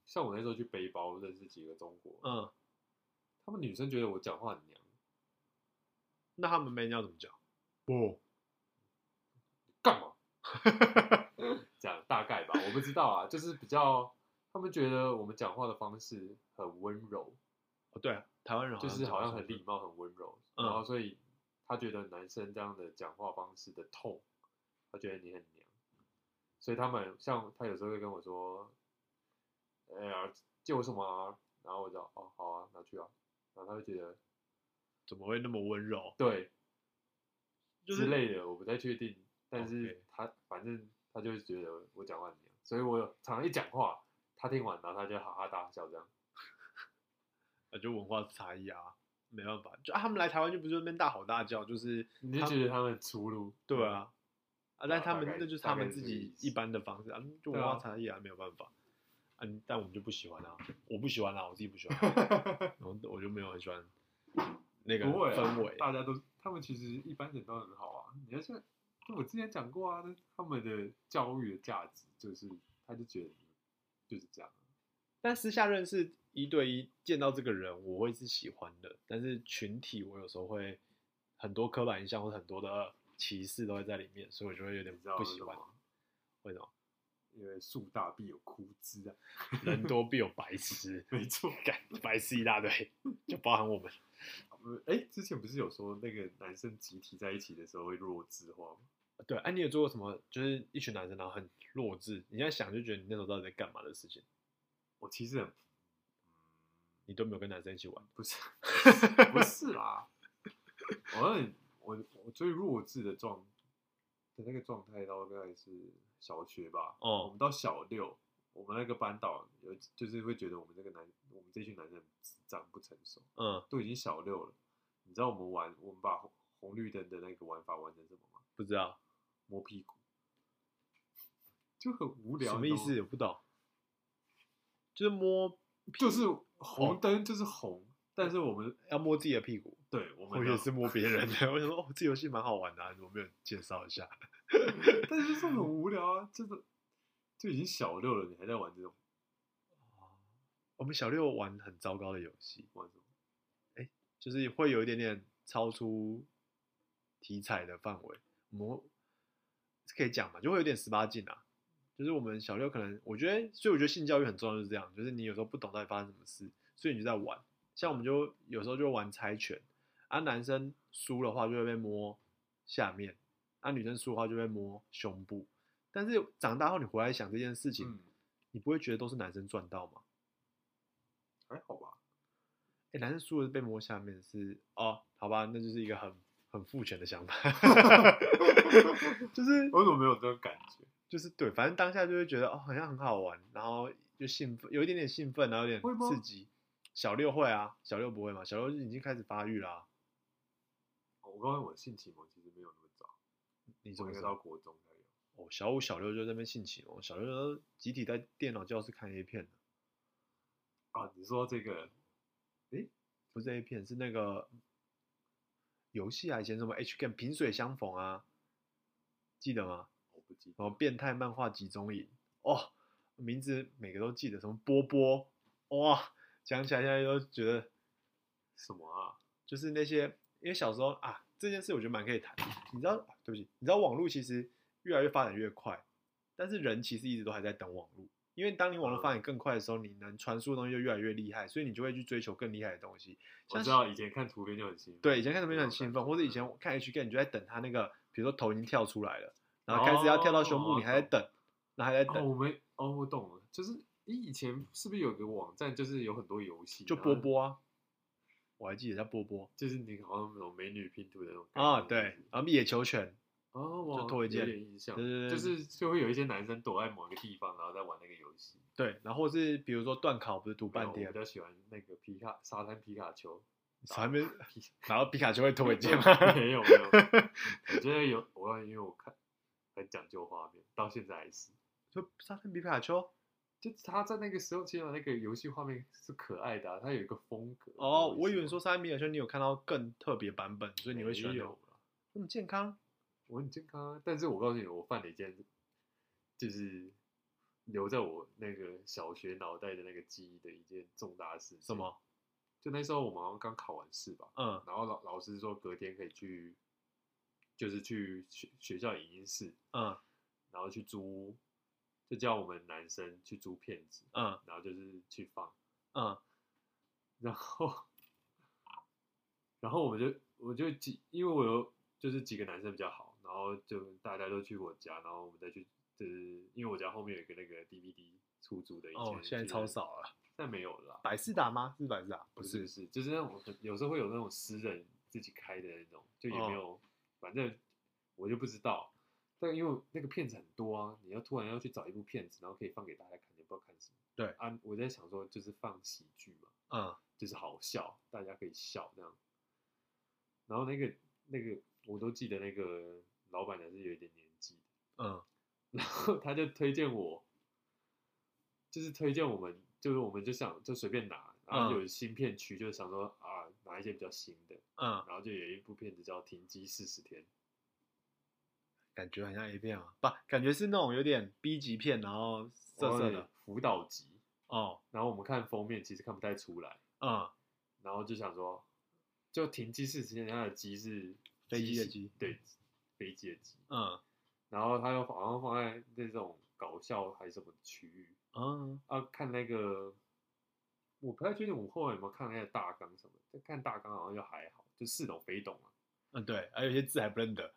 像我那时候去背包认识几个中国，
嗯，
他们女生觉得我讲话很娘，
那他们妹要怎么讲？
哦
不，
干
*laughs*
嘛？讲大概吧，我不知道啊，就是比较他们觉得我们讲话的方式很温柔，
哦对，台湾人
就是
讲话
好像
是
很礼貌、很温柔，
嗯
然后所以他觉得男生这样的讲话方式的痛，他觉得你很娘，所以他们像他有时候会跟我说，哎呀，借我什么啊？然后我就哦好啊，拿去啊。然后他会觉得
怎么会那么温柔？
对
就是
之类的，我不太确定。但是
OK
他反正他就会觉得我讲话很娘，所以我常常一讲话，他听完然后他就哈哈大笑这样。
啊，就文化差异啊，没办法，就、啊、他们来台湾就不是那边大吼大叫，就是
你就觉得他们很粗鲁，
对啊，啊，但
嗯啊
他
大
们
概
那就是
大
他
概
们
是这
自
个
己
意思
一般的方式啊，就
对
文
啊，
化差异啊，没有办法。啊，你但我们就不喜欢啊，我不喜欢啊，我自己不喜欢
*laughs*
然后我就没有很喜欢那个
不会啊
氛围。
大家都他们其实一般人都很好啊。你要像就我之前讲过啊，他们的教育的价值就是，他就觉得就是这样。
但私下认识一对一见到这个人，我会是喜欢的，但是群体我有时候会很多刻板印象或者很多的歧视都会在里面，所以我就会有点
你知道
不
为
喜
什么
欢
吗。
为什么？
因为树大必有枯枝啊，
人多必有白痴，
*laughs* 没错。
干白痴一
*laughs*
大堆，就包含我们。
哎、之前不是有说那个男生集体在一起的时候会弱智化吗？
对，哎、你有做过什么？就是一群男生，然后很弱智，你现在想就觉得你那时候到底在干嘛的事情，
我其实很
你都没有跟男生一起玩。
*laughs*
*laughs*
不是，不是啦。我很我我最弱智的状的那个状态大概是小学吧。
哦
我们到小六，我们那个班导有就是会觉得我们这个男我们这群男生智障不成熟，
嗯，
都已经小六了。你知道我们玩我们把红红绿灯的那个玩法玩成什么吗？
不知道
摸屁股，就很无聊。
什么
你
意
懂吗
思，我不哦懂。就是摸
就是
哦
红灯就是红，但是我们
要摸自己的屁股，
对我们
我
呢
也是摸别人的。 *laughs* 我想说，哦，这游戏蛮好玩的、啊，我没有介绍一下。 *laughs*
但是就是很无聊啊，真的就已经小六了，你还在玩这种
我们小六玩很糟糕的游戏，
玩什么？
就是会有一点点超出题材的范围。我们会是可以讲嘛，就会有点十八禁啊。就是我们小六可能，我觉得，所以我觉得性教育很重要，就是这样。就是你有时候不懂到底发生什么事，所以你就在玩。像我们就有时候就玩猜拳，啊，男生输的话就会被摸下面，啊，女生输的话就被摸胸部。但是长大后你回来想这件事情，
嗯，
你不会觉得都是男生赚到吗？
还好 *laughs* 吧，
哎、男生输了是被摸下面是哦，好吧，那就是一个很很父权的想法，
*laughs*
就是
我怎么没有这种感觉？
就是对，反正当下就会觉得哦，好像很好玩，然后就兴奋，有一点点兴奋，然后有
会
点
吗
刺激。小六会啊，小六不会嘛？小六已经开始发育啦、
哦我告诉你，我的性启蒙其实没有那么早，
你怎
我
么
应
知
该到
道？
国中才有。
哦，小五、小六就在那边性启蒙，小六就集体在电脑教室看 A 片
啊，你说这个
不是 A 片，是那个游戏啊，以前什么 H game 萍水相逢啊，记得吗？
我不记得，
然后变态漫画集中营哦，名字每个都记得，什么波波哇，讲起来现在都觉得
什么啊？
就是那些，因为小时候啊这件事我觉得蛮可以谈，你知道、啊对不起，你知道网络其实越来越发展越快，但是人其实一直都还在等网络，因为当你
嗯
网络发展更快的时候，你能传输的东西就越来越厉害，所以你就会去追求更厉害的东西。
我知道以前看图片就很兴奋，
对，以前看什么
那
就很
种
兴
感
奋，
觉
或者以前我看 H K，你就在等他那个，比如说头已经跳出来了，然后开始要跳到胸部，
哦
你还在等，然后还在等
哦，，我没哦，我懂了，就是诶以前是不是有个网站，就是有很多游戏，
就
然后
波，波啊，我还记得叫波波
就是你好像那种美女拼图的那种概
啊，
念
对
是不是，
然后野球拳，
哦，我
就
好像
脱一件
有点印象，
对对对
就是就会有一些男生躲在某一个地方，然后在玩那个游戏。
对，然后或是比如说断考不是读
没有
半天
哦
*laughs*
我比，较喜欢那个皮卡沙滩皮卡丘，
旁边
皮
*laughs* 然后皮卡丘会推
*laughs*
荐吗？
没有没
*laughs*
有，我觉得有，我因为我看很讲究画面，到现在还是，
就沙滩皮卡丘哦
就他在那个时候，起码那个游戏画面是可爱的、啊，它有一个风格。
哦，
你
我以
知道
为你
吗
说沙滩皮卡丘你有看到更特别版本，所以你会喜欢
没
那
有啊
种
啦
那么健康
我很健康啊，但是我告诉你，我犯了一件，就是留在我那个小学脑袋的那个记忆的一件重大事情。
什？么？
就那时候我们好像刚考完试吧，
嗯
然后老老师说隔天可以去，就是去学学校影音室，
嗯
然后去租，就叫我们男生去租片子，
嗯
然后就是去放，
嗯，
然后，然后我们就我就几，因为我有就是几个男生比较好，然后就大家都去我家，然后我们再去，就是因为我家后面有一个那个 DVD 出租的，以前
哦，现在
就
超
是
少了，
但没有了啦。
百事达吗？是百事达？
不是不是，就是那种有时候会有那种私人自己开的那种，就也
哦
没有，反正我就不知道。但因为那个片子很多啊，你要突然要去找一部片子，然后可以放给大家看，也不知道看什么。
对
啊，我在想说就是放喜剧嘛，
嗯，
就是好笑，大家可以笑这样。然后那个那个我都记得那个老板还是有一点年纪的，
嗯
然 *laughs* 后他就推荐我，就是推荐我们，就是我们就想就随便拿，然后
嗯
有芯片区，就想说啊拿一些比较新的，
嗯，
然后就有一部片子叫《停机四十天》，
感觉很像 A 片啊，不，感觉是那种有点 B 级片，然后色
哦
色的
辅导集，
哦，
然后我们看封面其实看不太出来，
嗯，
然后就想说，就停机四十天，它的机是
飞机的
是
机
对，飞机的机，
嗯
然后它又好像放在那种搞笑还是什么区域，
嗯
啊，看那个，我不太确定我后来有没有看那个大纲什么的，但看大纲好像就还好，就似懂非懂啊。
嗯，对，还有一些字还不认得，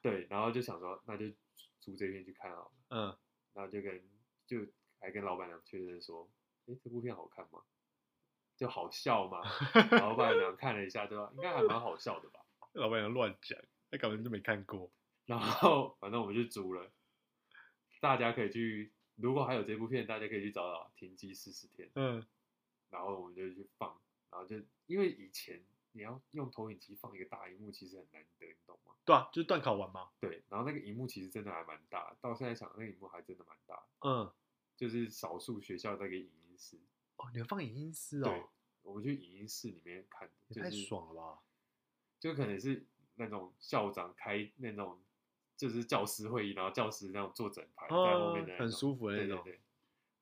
对，然后就想说，那就租这片去看好了，
嗯，
然后就跟就还跟老板娘确认说，诶，这部片好看吗？就好笑吗？老板娘看了一下，对吧？应该还蛮好笑的吧。
老板娘乱讲，那根本就没看过，
然后反正我们就租了，大家可以去，如果还有这部片，大家可以去找找《停机四十天》。
嗯
然后我们就去放，然后就因为以前你要用投影机放一个大荧幕，其实很难得，你懂吗？
对啊，就是断考完嘛，
对，然后那个荧幕其实真的还蛮大，到现在想那个荧幕还真的蛮大，
嗯，
就是少数学校那个影音室，
哦，你们放影音师
对
哦，，
我们去影音室里面看的，
也
就
太
是
爽了吧，
就可能是那种校长开那种就是教师会议，然后教师那种坐整排在后面的那
哦很
种，
舒服的
对对
那种，
对，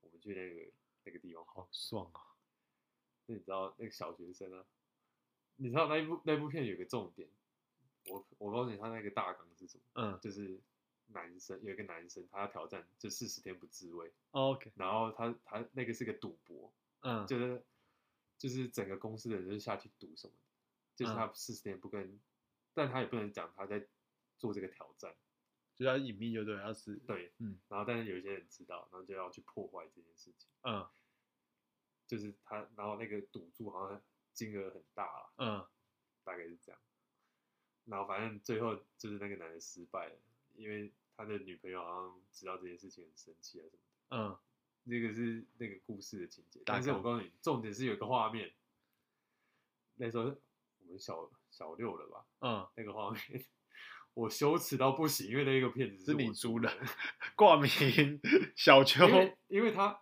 我们去那个那个地方
好爽啊，
那你知道那个小学生啊？你知道那一部那一部片有个重点，我我告诉你，他那个大纲是什么？
嗯
就是男生有一个男生，他要挑战就四十天不自慰，
哦，OK，
然后他他那个是个赌博，
嗯，
就是就是整个公司的人就下去赌什么的，就是他四十天不跟，但他也不能讲他在做这个挑战，
就要隐秘就对了，要是，
对，
嗯
然后但是有一些人知道，然后就要去破坏这件事情，
嗯
就是他，然后那个赌注好像金额很大啊
嗯，
大概是这样。然后反正最后就是那个男的失败了，因为他的女朋友好像知道这件事情很生气啊什么的。
嗯，
那个是那个故事的情节，
大
但是
纲
我告诉你，重点是有一个画面，那时候我们小小六了吧，
嗯，
那个画面我羞耻到不行，因为那个片子
是
我
你
租
租的， *laughs* 挂名小秋
因，为因为他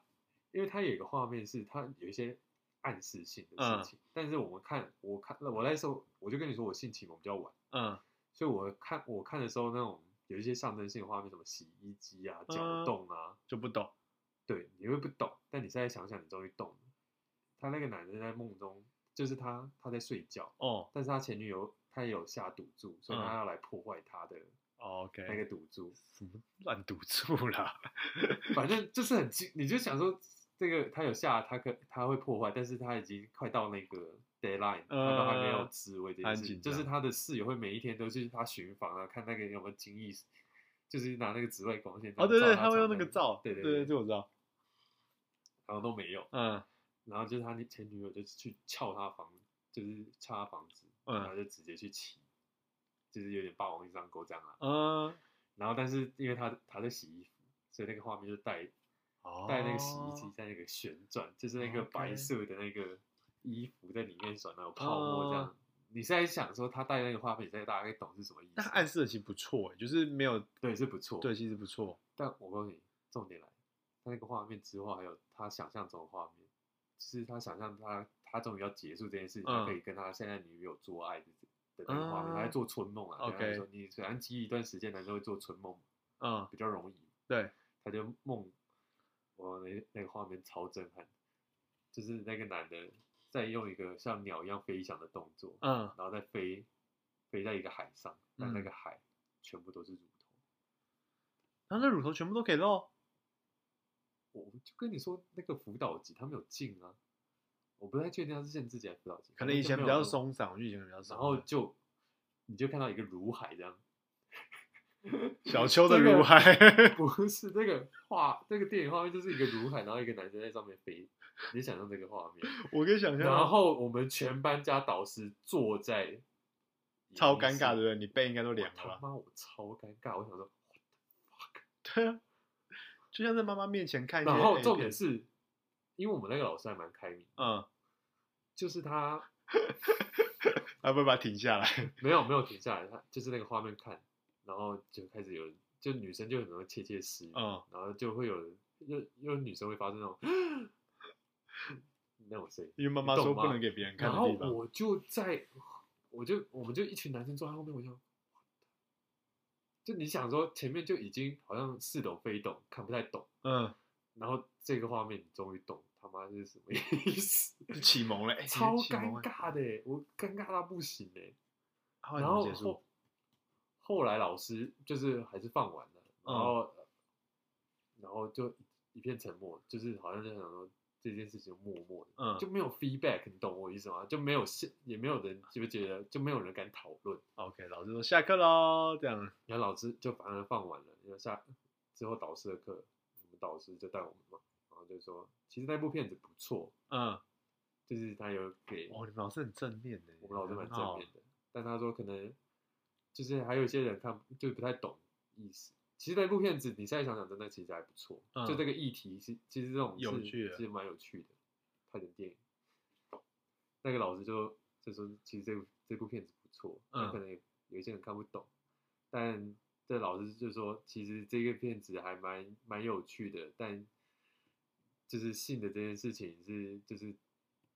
因为他有一个画面是他有一些暗示性的
嗯
事情，但是我们看我看我那时候我就跟你说我性启蒙比较晚。
嗯
所以我看我看的时候，那种有一些象征性的画面，什么洗衣机啊、
嗯
搅动啊，
就不懂，
对，你会不懂，但你现在想想，你终于懂了。他那个男的在梦中，就是他他在睡觉，
哦
但是他前女友他也有下赌注，所以
嗯
他要来破坏他的
哦，OK，
那个赌注。
什么乱赌注啦，
反正就是很惊，你就想说这个他有下，他可他会破坏，但是他已经快到那个 deadline，、他都还没有
嗯
自卫这
他
件
很
事情，
紧
就是
张
他的室友会每一天都去他巡房啊，看那个有没有精液，就是拿那个紫外光线
哦对对，
他
他会用那个罩，
对
对
对
对，这我知道，
然后都没有，
嗯
然后就是他那前女友就去撬他房，就是撬他房子，然后
嗯
就直接去骑，就是有点霸王硬上弓这样啊，
嗯，
然后但是因为他他在洗衣服，所以那个画面就带
哦
带那个洗衣机，在那个旋转，就是那个
OK
白色的那个衣服在里面转，然后有泡沫这样。
哦
你现在想说他带那个画面，你现在大概懂是什么意
但
思？
暗示的其实不错欸，就是没有，
对，是不错。
对，，其实不错，
但我告诉你，重点来，他那个画面之后，还有他想象中的画面，就是他想象他他终于要结束这件事情，他
嗯
可以跟他现在女友做爱的的那个画面，他在
嗯
做春梦啊。
OK
跟他说你虽然记忆一段时间，男生会做春梦
嗯，
比较容易，
对，
他就梦，我那那个画面超震撼，就是那个男的在用一个像鸟一样飞翔的动作，
嗯，
然后再飞飞在一个海上，但那
嗯
个海全部都是乳头。
然后那乳头全部都给露，
我就跟你说，那个辅导级他们有进啊，我不太确定他是限制级还是辅导级，
可能以
就
前
没
比
有
较
那种，
松散，我觉得以前比较松散，
然后就你就看到一个乳海这
*laughs*
样。
小秋的
这个
乳海，
不是那个画，那个电影画面就是一个乳海，然后一个男生在上面飞，你想象这个画面，
*laughs* 我可以想象
然
啊，
后我们全班加导师坐在，
超尴尬，对不对？你背应该都
我
凉了
他
吧？
妈我超尴尬，我想说，
对啊，就像在妈妈面前看一些 A
然
片，
后重点是，因为我们那个老师还蛮开明，
嗯，
就是他
他会啊把它停下来，
没有没有停下来，他就是那个画面看，然后就开始有人，就女生就很容易窃窃私语，
嗯，
然后就会有人，又又女生会发生那种 *gasps* 那种声音，
因为妈妈
你懂
说不
吗
能给别人看
然
的
后
地方，
我就在，我就我们就一群男生坐在后面，我就，就你想说前面就已经好像似懂非懂，看不太懂，
嗯，
然后这个画面你终于懂他妈是什么意
*laughs*
思，
就启蒙了，哎
超
启蒙
尴
了
尬的欸，我尴尬到不行哎。
后来
然
怎么
后
结束
后后来老师就是还是放完了，然
嗯
后、然后就一片沉默，就是好像在想说这件事情就默默的。
嗯，
就没有 feedback，你懂我意思吗？就没有现，也没有人就觉得就没有人敢讨论。
OK，老师说下课喽，这样，
然后老师就反而放完了，因为下之后导师的课，我们导师就带我们嘛，然后就说其实那部片子不错，
嗯，
就是他有给
哇，你们老师很正面的，欸
我们老师蛮
很
正
好
面的，但他说可能就是还有一些人看就不太懂意思。其实那部片子你现在想想，真的其实还不错，
嗯
就这个议题是其实这种
有
是
趣的
其实蛮有趣的，拍成电影。那个老师就就说，其实这部这部片子不错，但
嗯
可能有有一些人看不懂，但这老师就说，其实这个片子还蛮蛮有趣的，但就是性的这件事情是就是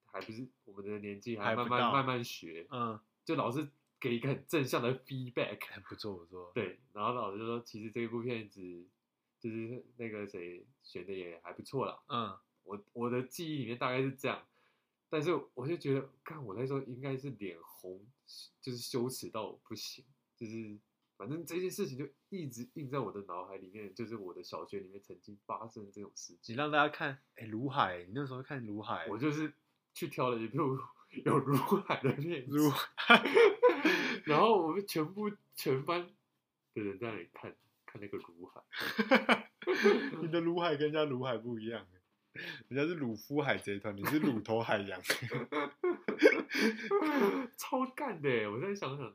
还不是我们的年纪还
还
慢
不
慢
到
慢慢学，
嗯，
就老师给一个很正向的 feedback，
哎，不错不错，
对，然后老师就说，其实这部片子就是那个谁选的也还不错啦，
嗯，
我我的记忆里面大概是这样，但是我就觉得，看我那时候应该是脸红，就是羞耻到不行，就是反正这件事情就一直印在我的脑海里面，就是我的小学里面曾经发生这种事
你
情，
让大家看，哎，卢海，你那时候看卢海，
我就是去挑了一部 *laughs* 有如海的片子，
卢，
然后我们全部全班的人在那里看看那个如海，
*laughs* 你的卢海跟人家卢海不一样，欸人家是鲁夫海贼团，你是乳头海 *laughs* 洋，嗯
超干的欸耶！我再想想，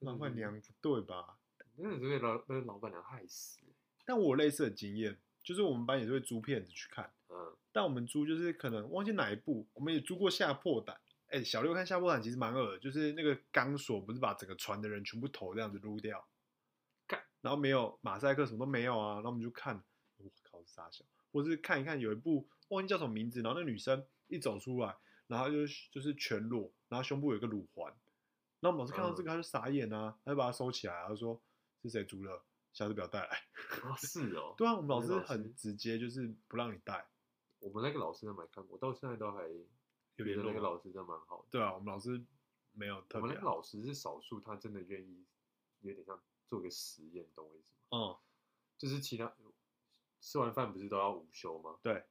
老板娘不对吧？
真的是被老被老板娘害死。
但我有类似的经验，就是我们班也是会租片子去看，
嗯
但我们租就是可能忘记哪一部，我们也租过《吓破胆》。哎、小六看《吓破胆》其实蛮恶的，就是那个钢索不是把整个船的人全部头这样子撸掉
干，
然后没有马赛克什么都没有啊，然后我们就看，我靠，傻笑，或是看一看有一部忘记叫什么名字，然后那女生一走出来，然后就是就是全裸，然后胸部有一个乳环，然后我们老师看到这个他就傻眼啊，他就把它收起来，他就说是谁租的，下次不要带来。 *laughs*
啊，是哦，
对啊，我们老师
那个
很直接，就是不让你带。
我们那个老师都没看过，到现在都还
有
觉
联
得那
络
个
吗
老师真的蛮好的。
对啊，我们老师没有
我
特
们
别
那个
好。
老师是少数，他真的愿意，有点像做个实验，懂我意思吗？
嗯，
就是其他吃完饭不是都要午休吗？
对，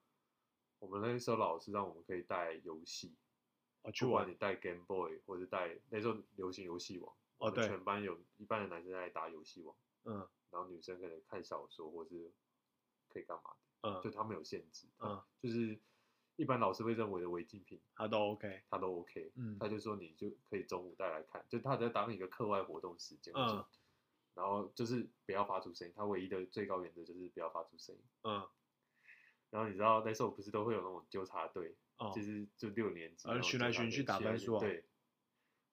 我们那时候老师让我们可以带游戏，
我去
不管
玩
你带 Game Boy 或者带那时候流行游戏王，我们
哦对
全班有一半的男生在打游戏王，
嗯
然后女生可能看小说或是可以干嘛的，就
嗯，
他们有限制，
嗯，
就是一般老师会认为的违禁品，
他都 OK。
他都 OK，
嗯
他就说你就可以中午带来看，就他在当一个课外活动时间，
嗯
嗯，然后就是不要发出声音，他唯一的最高原则就是不要发出声音。
嗯
然后你知道那时候不是都会有那种纠察队，
哦
就，是就六年级，
啊
然后
巡来
纠察
巡
队
去打
巡来
分
巡
数啊
对，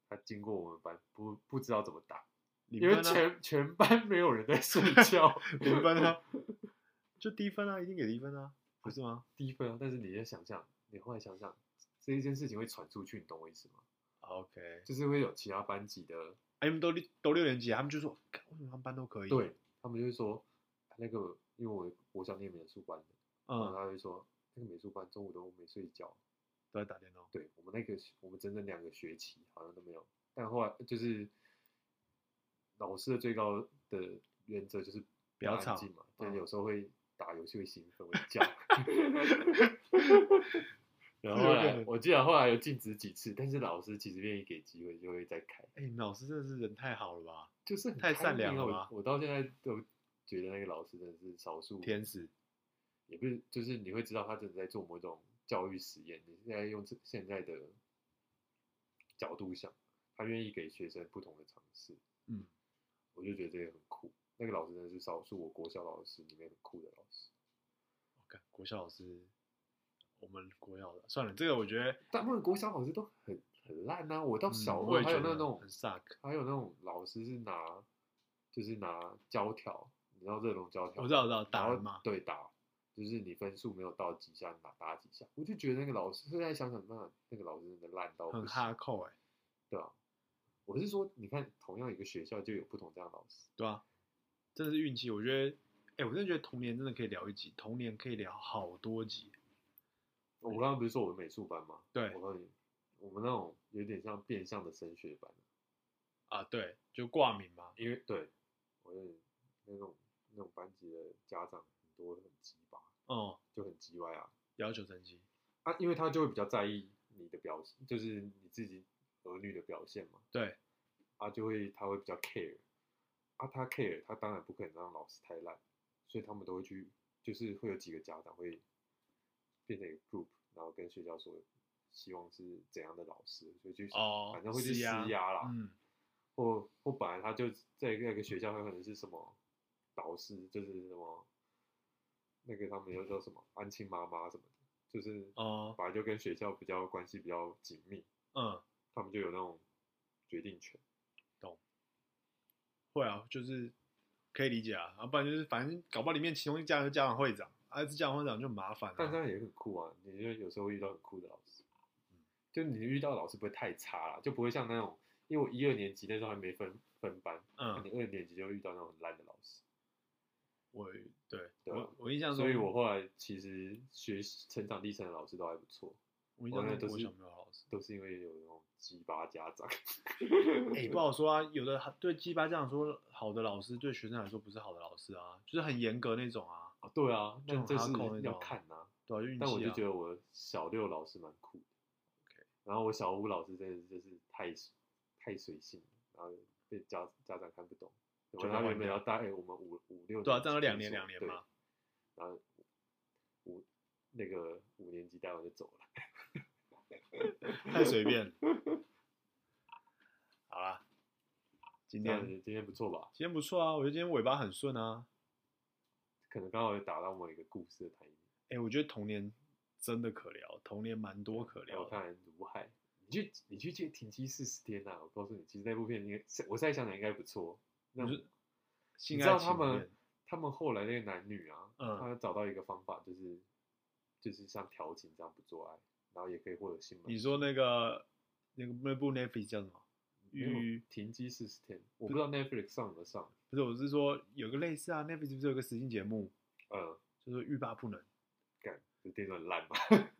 他经过我们班，不不知道怎么打，
你
因为全全班没有人在睡
*laughs*
觉，
啊零分
*laughs*
啊，就低分啊，一定给低分啊，不是吗？
低分啊。但是你要想象，你后来想想，这一件事情会传出去，你懂我意思吗？
啊 OK，
就是会有其他班级的，
哎你们都六都六年级啊，他们就说，干为什么他们班都可以？
对，他们就会说，那个因为我我想念美术班的，然后
嗯，
他会说那个美术班中午都没睡觉，
都在打电动。
对我们那个我们整整两个学期好像都没有，但后来就是老师的最高的原则就是
不要
安
吵
静嘛，但
嗯
有时候会打游戏会兴奋
*laughs*
会叫，然后
是有
后来
点
我记得后来有禁止几次，但是老师其实愿意给机会就会再开，
哎，你们老师真的是人太好了吧，
就是很
太
开
善
明
良
啊
了
我
吧
我到现在都觉得那个老师真的是少数
天使。哦
也不是，就是你会知道他真的在做某种教育实验，你现在用这现在的角度想，他愿意给学生不同的尝试，
嗯，
我就觉得这个很酷。那个老师真的是少数我国小老师里面很酷的老师，
我看国小老师，我们国小的算了，这个我觉得
大部分国小老师都很很烂呐、我到
嗯
小
我
二
也
还
觉
有
得
那种
很 suck，
还有那种老师是拿，就是拿胶条，你知道这种胶条？
我知道，我知道，
然
打
后
人嘛，
对，打，就是你分数没有到几下，你打打几下。我就觉得那个老师，现在想想，那那个老师真的烂到
很
不
哈
行，
扣哎，
对啊。我是说，你看同样一个学校就有不同这样的老师，
对啊，真的是运气。我觉得，哎、我真的觉得童年真的可以聊一集，童年可以聊好多集。
我刚刚不是说我们美术班吗？
对
我告诉你，我们那种有点像变相的升学班，
啊，对，就挂名嘛，
因为对我有点那种那种班级的家长很多很鸡巴，
哦、
就很鸡歪啊。
要求成绩，
啊，因为他就会比较在意你的表现，就是你自己儿女的表现嘛，
对，
啊，就会他会比较 care，啊，他 care，他当然不可能让老师太烂，所以他们都会去，就是会有几个家长会变成一个 group，然后跟学校说希望是怎样的老师，所以就
哦
反正会去
施
施
压
压啦，
嗯，
或或本来他就在那个学校，他可能是什么导师，就是什么那个他们又叫什么安亲妈妈什么的，就是
哦、
本来就跟学校比较关系比较紧密，
嗯，
他们就有那种决定权。
会啊，就是可以理解啊，啊，不然就是反正搞不好里面其中一家人是家长会长，啊，这家长会长就很麻烦了、
但这样也很酷啊，你就有时候会遇到很酷的老师，
嗯
就你遇到的老师不会太差啦，就不会像那种，因为我一二年级那时候还没分分班，那
嗯，
你二年级就遇到那种很烂的老师，
我对
对啊
我我印象中，
所以我后来其实学习成长历程的老师都还不错，
我印
我
象
那都
中国
是
小没有老师，
都是因为有那种鸡巴家长。 *laughs*
哎、不好说啊，有的对鸡巴这样说，好的老师对学生来说不是好的老师啊，就是很严格那种啊，
啊对啊，
这
那
种
这是
hardcore 那
要
种
看呐、啊。
对啊，运气、啊。
但我就觉得我小六老师蛮酷的。然后我小五老师真的是就是太太随性了，然后被家家长看不懂。
就
然
被
后他
换
原本
掉
要带我们五五六
对啊
年级
这样两年
进去
两年
对
嘛
然后五那个五年级带我就走了。
太随
*laughs*
便了。好啦，
今
今天
天今天不错吧？
今天不错啊，我觉得今天尾巴很顺啊。
可能刚好也打到某一个故事的台面。
哎、我觉得童年真的可聊，童年蛮多可
然后
聊的。
看如海，你去你去见停机四十天啊！我告诉你，其实那部片应该是我现在想想应该不错。那种
你是性
你
爱
知道他
情
们
片
他们后来那个男女啊，
嗯
他找到一个方法，就是就是像调情这样不做爱，然后也可以获得性满足。
你说那个那个那部 Netflix 叫什么？
没有
与
停机四十天，我不知道 Netflix 上不上。
不是，我是说有个类似啊，Netflix 不是有个实境节目，
嗯，
就是欲罢不能，
干，这电视很烂嘛。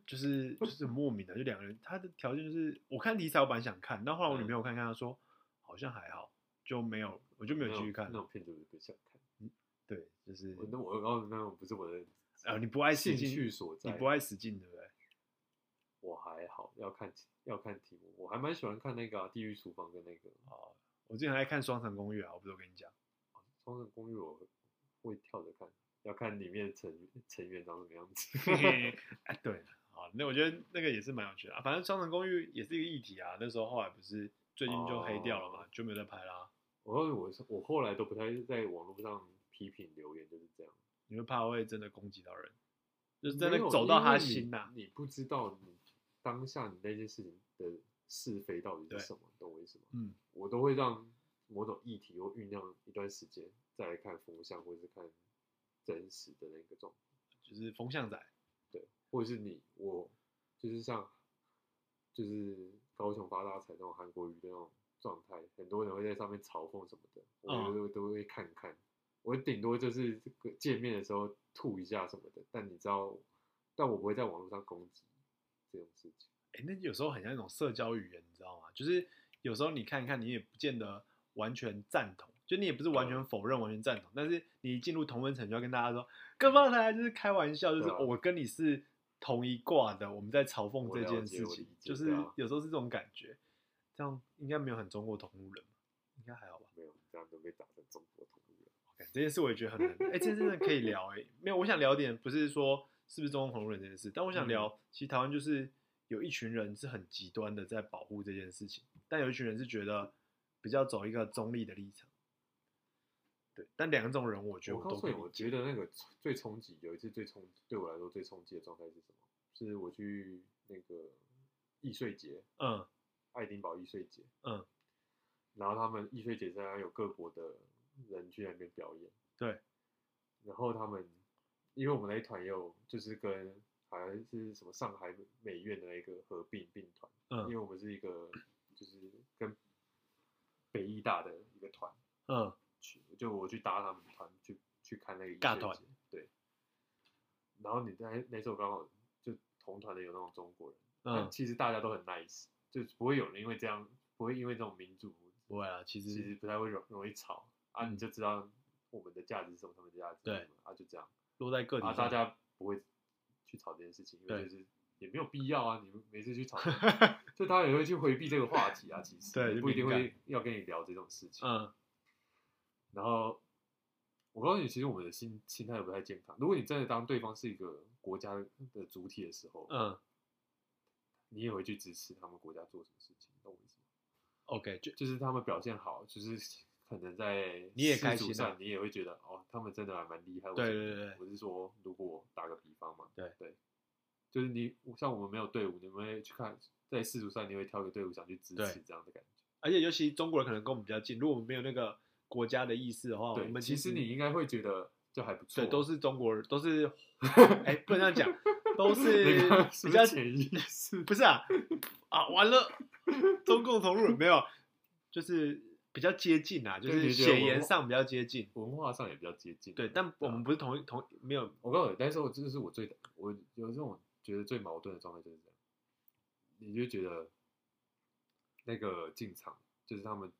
就是就是很莫名的，就两个人，他的条件就是我看题材我本来想看，但后来我女
嗯
朋友看看她说好像还好，就没有我就没有继续看
那。种片子，我就不想看。
对，就是
我那我告诉你那种不是我的
啊，你不爱使
兴
劲
趣所在。
你不爱使劲，对不对？
我还好，要看要看题目，我还蛮喜欢看那个、啊《地狱厨房》跟那个《
哦，我之前还在看《双城公寓》啊，我不是有跟
*laughs*
你讲， *laughs*
双城公寓》，我会跳着看，要看里面成成员长什么样
*laughs*
子。
哎，对，好，那我觉得那个也是蛮有趣的啊。反正《双城公寓》也是一个议题啊，那时候后来不是最近就黑掉了嘛，
哦
就没有再拍啦。
我告诉你我是我后来都不太在网络上批评留言，就是这样。
你会怕会真的攻击到人，就是真的
没有
走到
因为
他
你
心呐、
你不知道你当下你那件事情的是非到底
对
是什么，你懂我意思吗？
嗯，
我都会让某种议题或酝酿一段时间，再来看风向，或者是看真实的那个状况，
就是风向仔，
或者是你我就是像就是高雄发大财那种韩国瑜的那种状态，很多人会在上面嘲讽什么的，我
嗯
觉得都会看看。我顶多就是这个见面的时候吐一下什么的，但你知道，但我不会在网络上攻击这种事情。
哎、那有时候很像一种社交语言，你知道吗？就是有时候你看一看，你也不见得完全赞同，就你也不是完全否认、完全赞同，但是你一进入同温层，就要跟大家说，跟方台就是开玩笑，就是、
对啊
我跟你是同一挂的，我们在嘲讽
我
这
了
件
解
事
我
情
理，解
就是
对啊
有时候是这种感觉，这样应该没有很中国同路人吧，应该还好吧。
没有，你这样都被打成中国同路人。
这件事我也觉得很难。哎、这件事真的可以聊哎、没有，我想聊点不是说是不是中共同路人这件事。但我想
嗯
聊，其实台湾就是有一群人是很极端的在保护这件事情，但有一群人是觉得比较走一个中立的立场。对，但两种人我觉得
我
我
告
都
诉
可以
你，
理
我
解。
觉得那个最冲击，有一次最冲对我来说最冲击的状态是什么？是我去那个易碎节，
嗯
爱丁堡易碎节，
嗯，
然后他们易碎节上有各国的人去那边表演，
对，
然后他们因为我们那一团也有就是跟好像是什么上海美院的那个合并并团，因
嗯
为我们是一个就是跟北艺大的一个团，
嗯，
去，就我去搭他们团去去看那个音
尬
乐
团
节，对。然后你在那时候刚好就同团的有那种中国人，但
嗯，
其实大家都很 nice，就是不会有人因为这样，不会因为这种民主，
不会啊，其
其实
实
不太会容容易吵啊，
嗯
你就知道我们的价值是什么，他们的价值是
对
什么啊，就这样
落在个体
啊，
上，
大家不会去吵这件事情，因为
对
就是也没有必要啊，你们每次去
*laughs*
吵，就大家也会去回避这个话题啊，其实
对
也
就
不一定
敏感
会要跟你聊这种事情，
嗯
然后我告诉你，其实我们的心心态不太健康。如果你真的当对方是一个国家的主体的时候，
嗯
你也会去支持他们国家做什么事情，懂我意思吗？
，OK，就
就是他们表现好，就是可能在
你也
世
开
俗
心
上
啊
你也会觉得哦，他们真的还蛮厉害。我
对
是
对对对
我是说，如果打个比方嘛，
对
对，就是你像我们没有队伍，你们会去看在世俗上，你会挑一个队伍想去支持
对
这样的感觉。
而且尤其中国人可能跟我们比较近，如果我们没有那个国家的意识的话，我
对，
哦们
其实你应该会觉得就还不错，
对都是中国人，都是哎、不能这样讲，都是
*laughs* 那个是
比
不
较
是潜意识。 *laughs*
不是啊啊完了，中共同路人没有，就是比较接近啊，就
对
是
你觉得
血
我
缘上比较接近，
文化上也比较接近。
对，但我们
啊
不是同一同一没有
我告诉你，但是我这是我最我有这种觉得最矛盾的状态就是这样，你就觉得那个进场就是他们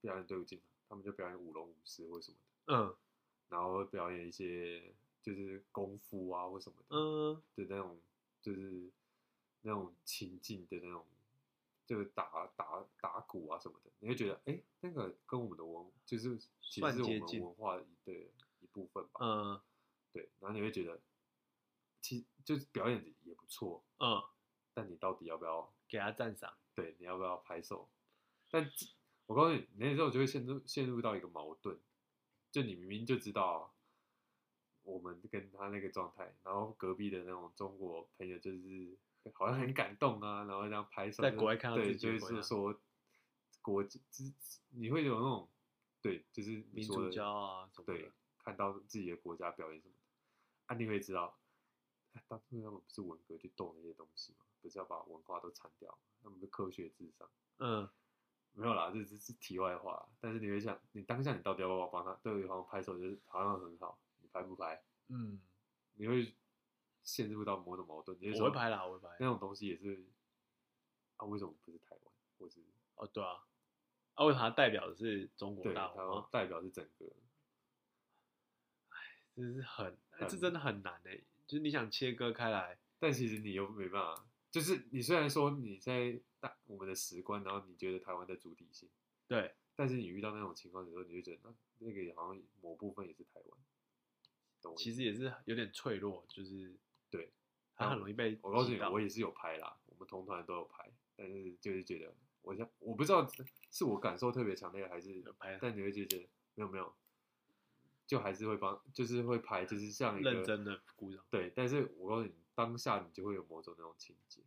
表演队伍进场，他们就表演舞龙舞狮或什么的，
嗯
然后表演一些就是功夫啊或什么的，
嗯
的那种就是那种情境的那种。就是打打打鼓啊什么的，你会觉得哎、诶那个跟我们的文就是其实
算
是我
接
们
近
文化的一对一部分吧。
嗯
对，然后你会觉得，其实就是表演也不错，
嗯，
但你到底要不要？
给他赞赏，
对，你要不要拍手？但这我告诉你，那时候就会陷入陷入到一个矛盾，就你明明就知道我们跟他那个状态，然后隔壁的那种中国朋友就是好像很感动啊，然后这样拍手就，
在国外看到
对，
自己
就
的
会
国
是
家
说国际之，你会有那种对，就是你
民
说
族
的
骄傲啊什么的
对，看到自己的国家表演什么的，啊，你会知道，啊当初他们不是文革去动那些东西吗？不是要把文化都铲掉吗，他们是科学至上。
嗯
没有啦，这只是题外话。但是你会想，你当下你到底要不要帮他对方拍手，就是好像很好，你拍不拍？
嗯，
你会陷入到某种矛盾。你
我会
说嗯
拍啦，我会拍
那，种东西也是啊，为什么不是台湾？或是
哦对啊，啊为什么他代表的是中国
对
大啊
台
红
湾
吗？
代表是整个
这是很，哎
很
这真的很难诶，就是你想切割开来，
但其实你又没办法，就是你虽然说你在大我们的史观，然后你觉得台湾的主体性，
对，
但是你遇到那种情况的时候，你就觉得那那个也好像某部分也是台湾，懂我意
其
思？
实也是有点脆弱，就是
对，
他
然
很
后
容易被
我告诉
击
你，
倒
我也是有拍啦，我们同团都有拍，但是就是觉得，我想我不知道是我感受特别强烈，还是
有拍
但你会觉得没有没有，就还是会帮，就是会拍，就是像一个
认真的鼓掌，
对，但是我告诉你，当下你就会有某种那种情节。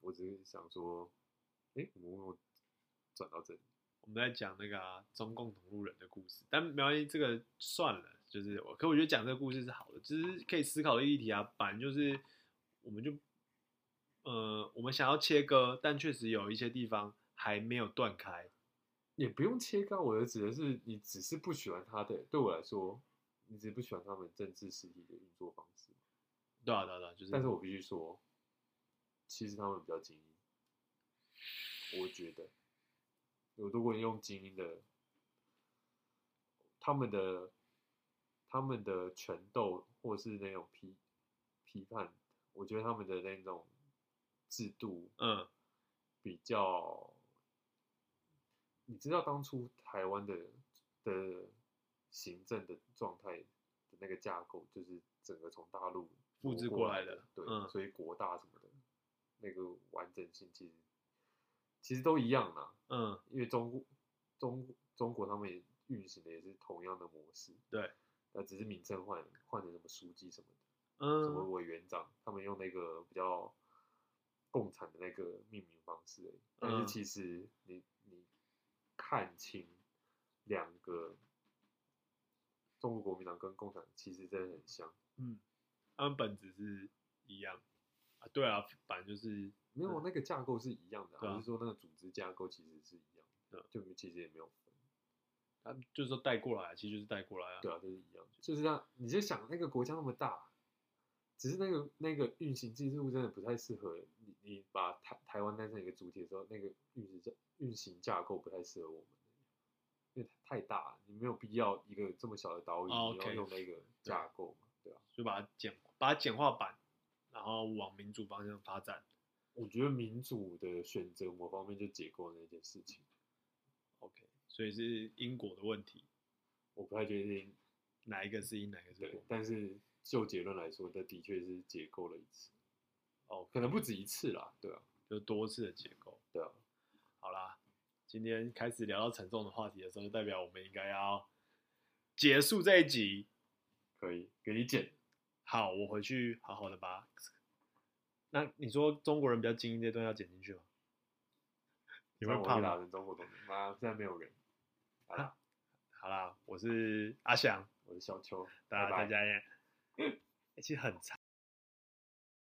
我只是想说，哎，我们我转到这里，
我们在讲那个啊、中共同路人的故事，但没关系，这个算了。就是我，可我觉得讲这个故事是好的，就是可以思考的议题啊。反正就是，我们就，呃，我们想要切割，但确实有一些地方还没有断开。
也不用切割。我的指的是，你只是不喜欢他的，对我来说，你只是不喜欢他们政治实体的运作方式。
对啊，对啊，对啊，就是。
但是我必须说，其实他们比较精英，我觉得，我如果用精英的，他们的他们的权斗或是那种批批判，我觉得他们的那种制度
嗯，
比较，你知道当初台湾的的行政的状态的那个架构，就是整个从大陆
复制过
过
来
的
的，
对，
嗯
所以国大什么的，那个完整性其实其实都一样啦，
嗯，
因为中国中中国他们也运行的也是同样的模式，
对，
那只是名称换换成什么书记什么的，什么
嗯，
委员长，他们用那个比较共产的那个命名方式而已，但
嗯
是其实你你看清两个中国国民党跟共产其实真的很像。
他们本质是一样啊，对啊，反正就是
没有，那个架构是一样的、
嗯对啊啊
我是说那个组织架构其实是一样的，就其实也没有分，
他就是说带过来，其实就是带过来啊，
对啊，就是一样的，就是这样。你就想那个国家那么大，只是那个那个运行制度真的不太适合你，你把台台湾当成一个主体的时候，那个运行架运行架构不太适合我们，因为太大了，你没有必要一个这么小的岛屿、
哦
你
OK
要用那个架构嘛，对啊。
就把它简把它简化版，然后往民主方向发展。
我觉得民主的选择某方面就解构了那件事情，
OK，所以是因果的问题，
我不太确定
哪一个是因，哪一个是
对
果，
但是就结论来说，那的确是解构了一次，
哦，
可能不止一次啦。对啊，
就多次的结构。
对啊，
好啦，今天开始聊到沉重的话题的时候，就代表我们应该要结束这一集。
可以给你剪。
好，我回去好好的把。那你说中国人比较精英这段要剪进去吗？你会
但我
怕
会打
吗？啊
成中国总理，妈，现在没有人。好啦，
好啦，我是阿翔，
我是小秋，
大
拜拜
家 *laughs* 再加见。欸其实很长。